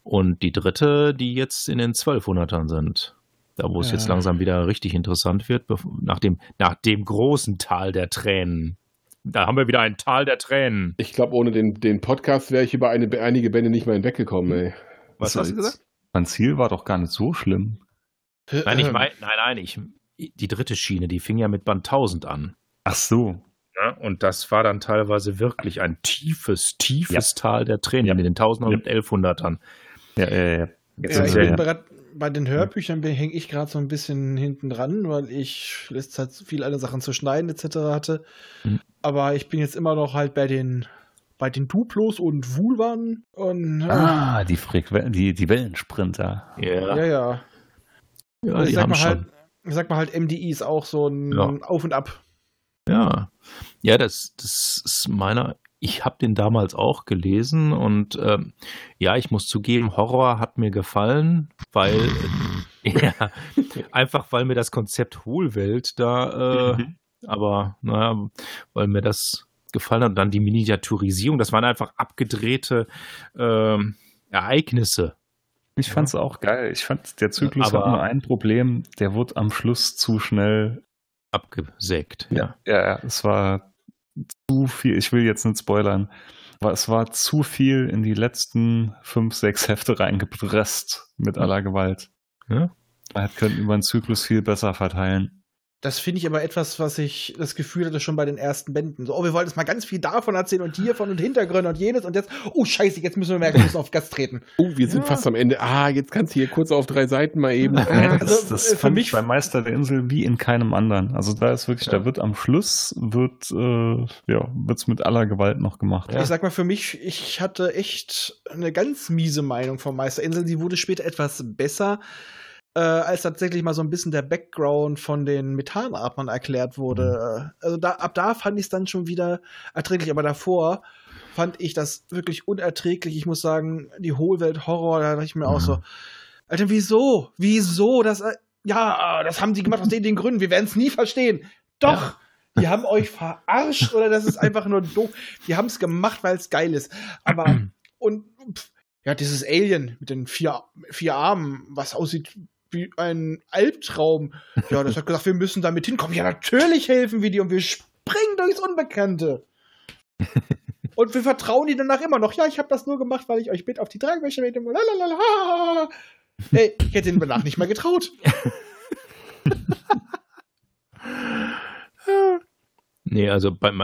Und die dritte, die jetzt in den 1200ern sind. Da, wo es Ja. jetzt langsam wieder richtig interessant wird, bev- nach dem, nach dem großen Tal der Tränen. Da haben wir wieder ein Tal der Tränen. Ich glaube, ohne den, den Podcast wäre ich über eine, einige Bände nicht mal hinweggekommen, ey. Was hast du gesagt? Mein Ziel war doch gar nicht so schlimm. Nein, äh, ich mein, nein, nein, ich, die dritte Schiene, die fing ja mit Band 1000 an. Ach so. Ne? Und das war dann teilweise wirklich ein tiefes, tiefes Tal der Tränen Ja. mit den 1000ern und 1100ern. Ja, äh, jetzt Ja, sind ich wir bin bereit, bei den Hörbüchern hänge ich gerade so ein bisschen hinten dran, weil ich letzte Zeit so viel alle Sachen zu schneiden etc. hatte. Mhm. Aber ich bin jetzt immer noch halt bei den bei den Duplos und Vulvan und Ah, die, Frequen die, die Wellensprinter. äh, ja, ja. ja ich Also die sag haben mal schon. halt, ich sag mal halt, MDI ist auch so ein Ja. Auf und Ab. Ja, ja, das, das ist meiner. Ich habe den damals auch gelesen und ähm, ja, ich muss zugeben, Horror hat mir gefallen, weil [LAUGHS] ja, einfach weil mir das Konzept Hohlwelt da, äh, [LAUGHS] aber naja, weil mir das gefallen hat und dann die Miniaturisierung, das waren einfach abgedrehte ähm, Ereignisse. Ich fand's auch geil. Ich fand, der Zyklus Aber- hat nur ein Problem. Der wurde am Schluss zu schnell. Abgesägt. Ja, ja, es war zu viel. Ich will jetzt nicht spoilern. Aber es war zu viel in die letzten fünf, sechs Hefte reingepresst mit aller Gewalt. Ja. Man hätte können über den Zyklus viel besser verteilen. Das finde ich aber etwas, was ich das Gefühl hatte schon bei den ersten Bänden. So, oh, wir wollten jetzt mal ganz viel davon erzählen und hiervon und Hintergründe und jenes und jetzt, oh Scheiße, jetzt müssen wir merken, wir müssen auf Gas treten. Oh, wir sind Ja. fast am Ende. Ah, jetzt kannst du hier kurz auf drei Seiten mal [LAUGHS] eben. Ja, Ah, das also, das äh, für fand mich- ich bei Meister der Insel wie in keinem anderen. Also da ist wirklich, da wird am Schluss wird äh, ja wird's mit aller Gewalt noch gemacht. Ich sag mal, für mich, ich hatte echt eine ganz miese Meinung von Meisterinsel. Die wurde später etwas besser, äh, als tatsächlich mal so ein bisschen der Background von den Methanatmern erklärt wurde. Also da, ab da fand ich es dann schon wieder erträglich, aber davor fand ich das wirklich unerträglich. Ich muss sagen, die Hohlwelt Horror, da dachte ich mir auch so, Alter, wieso? Wieso? Das, äh, ja, das haben sie gemacht aus den, den Gründen. Wir werden es nie verstehen. Doch! Die haben euch verarscht oder das ist einfach nur doof. Die haben es gemacht, weil es geil ist. Aber, und, pff, ja, dieses Alien mit den vier, vier Armen, was aussieht wie ein Albtraum. Ja, das hat gesagt, wir müssen damit hinkommen. Ja, natürlich helfen wir dir und wir springen durchs Unbekannte. Und wir vertrauen dir danach immer noch. Ja, ich habe das nur gemacht, weil ich euch bitte auf die Tragwäsche mit dem. Lalalala. Ey, ich hätte ihn danach nicht mehr getraut. Nee, also beim,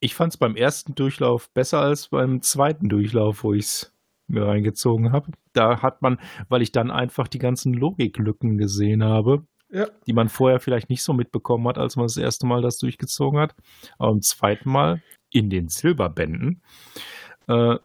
ich fand es beim ersten Durchlauf besser als beim zweiten Durchlauf, wo ich es mir reingezogen habe. Da hat man, weil ich dann einfach die ganzen Logiklücken gesehen habe, Ja. die man vorher vielleicht nicht so mitbekommen hat, als man das erste Mal das durchgezogen hat. Aber im zweiten Mal in den Silberbänden, äh,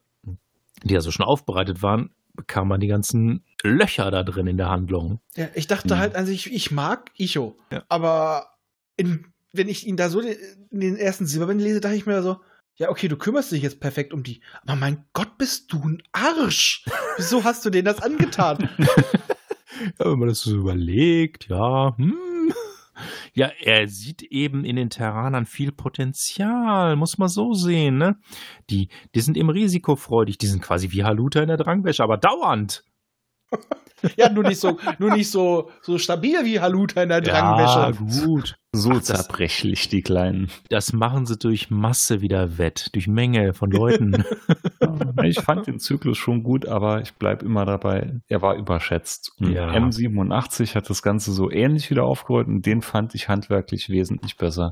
die ja so schon aufbereitet waren, bekam man die ganzen Löcher da drin in der Handlung. Ja, ich dachte Mhm. halt an sich, ich mag Icho. Ja. Aber in, wenn ich ihn da so den, in den ersten Silberband lese, dachte ich mir so, ja, okay, du kümmerst dich jetzt perfekt um die. Aber mein Gott, bist du ein [LAUGHS] Arsch. Wieso hast du denen das angetan? Ja, wenn man das so überlegt, ja. Hm. [LAUGHS] Ja, er sieht eben in den Terranern viel Potenzial, muss man so sehen, ne? Die, die sind eben risikofreudig, die sind quasi wie Haluta in der Drangwäsche, aber dauernd. ja, nur nicht so, nur nicht so, so stabil wie Haluta in der Ja, Drangwäsche. gut. So Ach, das- zerbrechlich, die Kleinen. Das machen sie durch Masse wieder wett, durch Menge von [LAUGHS] Leuten. Ich fand den Zyklus schon gut, aber ich bleibe immer dabei, er war überschätzt. Und Ja. M87 hat das Ganze so ähnlich wieder aufgerollt und den fand ich handwerklich wesentlich besser.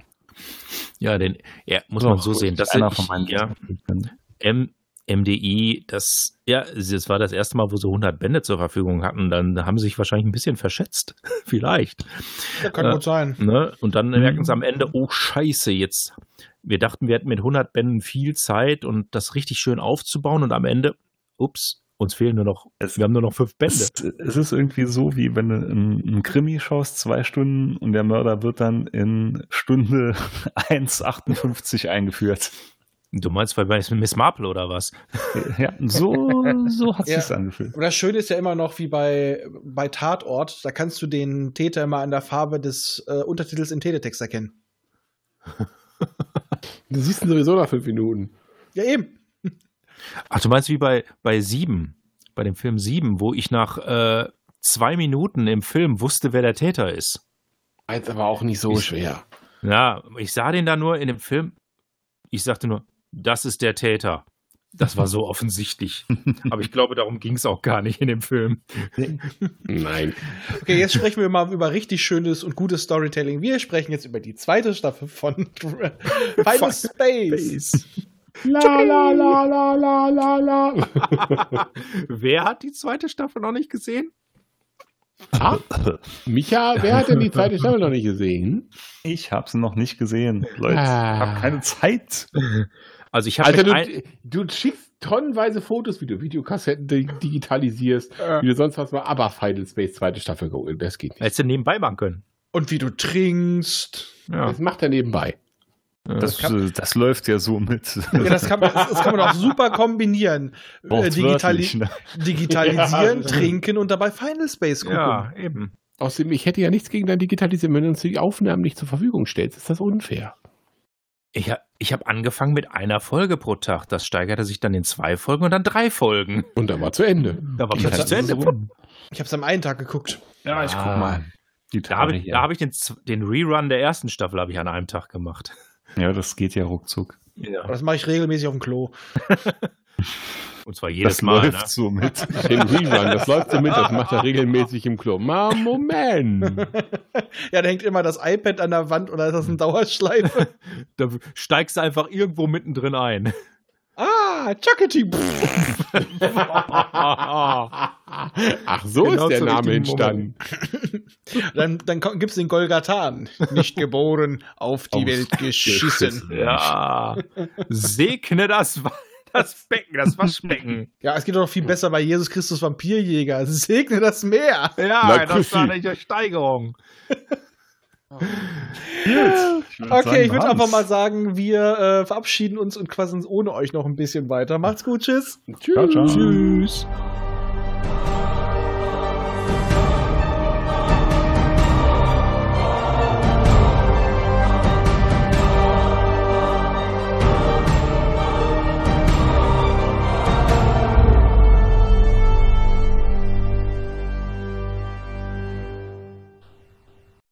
ja, denn ja, muss Doch, man so gut, sehen. Das einer ich- von meinen ja, Lieblingen. M MDI, das, ja, das war das erste Mal, wo sie 100 Bände zur Verfügung hatten. Dann haben sie sich wahrscheinlich ein bisschen verschätzt. [LAUGHS] Vielleicht. Ja, kann Ja. gut sein. Ne? Und Mhm. dann merken sie am Ende, oh Scheiße, jetzt. Wir dachten, wir hätten mit 100 Bänden viel Zeit und das richtig schön aufzubauen. Und am Ende, ups, uns fehlen nur noch, Es- wir haben nur noch fünf Bände. Es, es ist irgendwie so, wie wenn du einen einen Krimi schaust, zwei Stunden und der Mörder wird dann in Stunde [LAUGHS] 1,58 eingeführt. Du meinst bei Miss Marple oder was? Ja, so, so hat es Ja. sich angefühlt. Aber das Schöne ist ja immer noch wie bei, bei Tatort, da kannst du den Täter immer an der Farbe des äh, Untertitels im Teletext erkennen. Du siehst ihn sowieso nach fünf Minuten. Ja, eben. Ach, du meinst wie bei, bei Sieben, bei dem Film Sieben, wo ich nach äh, zwei Minuten im Film wusste, wer der Täter ist. Eins aber auch nicht so schwer. Ja, ich sah den da nur in dem Film. Ich sagte nur, das ist der Täter. Das [LAUGHS] war so offensichtlich. Aber ich glaube, darum ging es auch gar nicht in dem Film. Nein. Okay, jetzt sprechen wir mal über richtig schönes und gutes Storytelling. Wir sprechen jetzt über die zweite Staffel von Final Space. La la la la la la la. Wer hat die zweite Staffel noch nicht gesehen? Micha, wer hat denn die zweite Staffel noch nicht gesehen? Ich habe es noch nicht gesehen. Leute, ich Ah. habe keine Zeit. Also ich habe Alter, mit ein- du, du schickst tonnenweise Fotos, wie du Videokassetten di- digitalisierst, wie du sonst was mal, aber Final Space zweite Staffel googeln, das geht nicht. hättest du nebenbei machen können. Und wie du trinkst. Ja, Das macht er nebenbei. Das, äh, das läuft ja so mit. Ja, das kann, man, das, das kann man auch super kombinieren. Äh, digitali Wortwörtlich, ne? digitalisieren, Ja. trinken und dabei Final Space gucken. ja eben. Außerdem, ich hätte ja nichts gegen dein Digitalisieren, wenn du uns die Aufnahmen nicht zur Verfügung stellst. Ist das unfair? Ich, ha- ich habe angefangen mit einer Folge pro Tag. Das steigerte sich dann in zwei Folgen und dann drei Folgen. Und dann war zu Ende. Da war plötzlich zu Ende. Ich habe es am einen Tag geguckt. Ja, ich guck Ah. mal. Die Da habe Tage ich, hier. da hab ich den, Z- den Rerun der ersten Staffel habe ich an einem Tag gemacht. ja, das geht ja ruckzuck. Aber das mache ich regelmäßig auf dem Klo. Und zwar jedes das Mal. läuft Ne? so mit. Den [LAUGHS] Rerun, das läuft so mit, das macht er regelmäßig im Klo. Ma, Moment. Ja, da hängt immer das iPad an der Wand oder ist das eine Dauerschleife? Da steigst du einfach irgendwo mittendrin ein. ah, Chuckety. Ach, so Genau ist der zum Name richtigen entstanden. Dann, dann ko- gibt's den Golgatan. Nicht geboren, auf die Auf Welt geschissen. Ja. Segne das, Wa- das Becken, [LAUGHS] das Waschbecken. Ja, es geht doch noch viel besser bei Jesus Christus Vampirjäger. [LAUGHS] Segne das Meer. Ja, Na, das war Christi. eine Steigerung. Okay, ich würde einfach mal sagen, wir äh, verabschieden uns und quasseln ohne euch noch ein bisschen weiter. Macht's gut, tschüss. Ciao, ciao. Tschüss.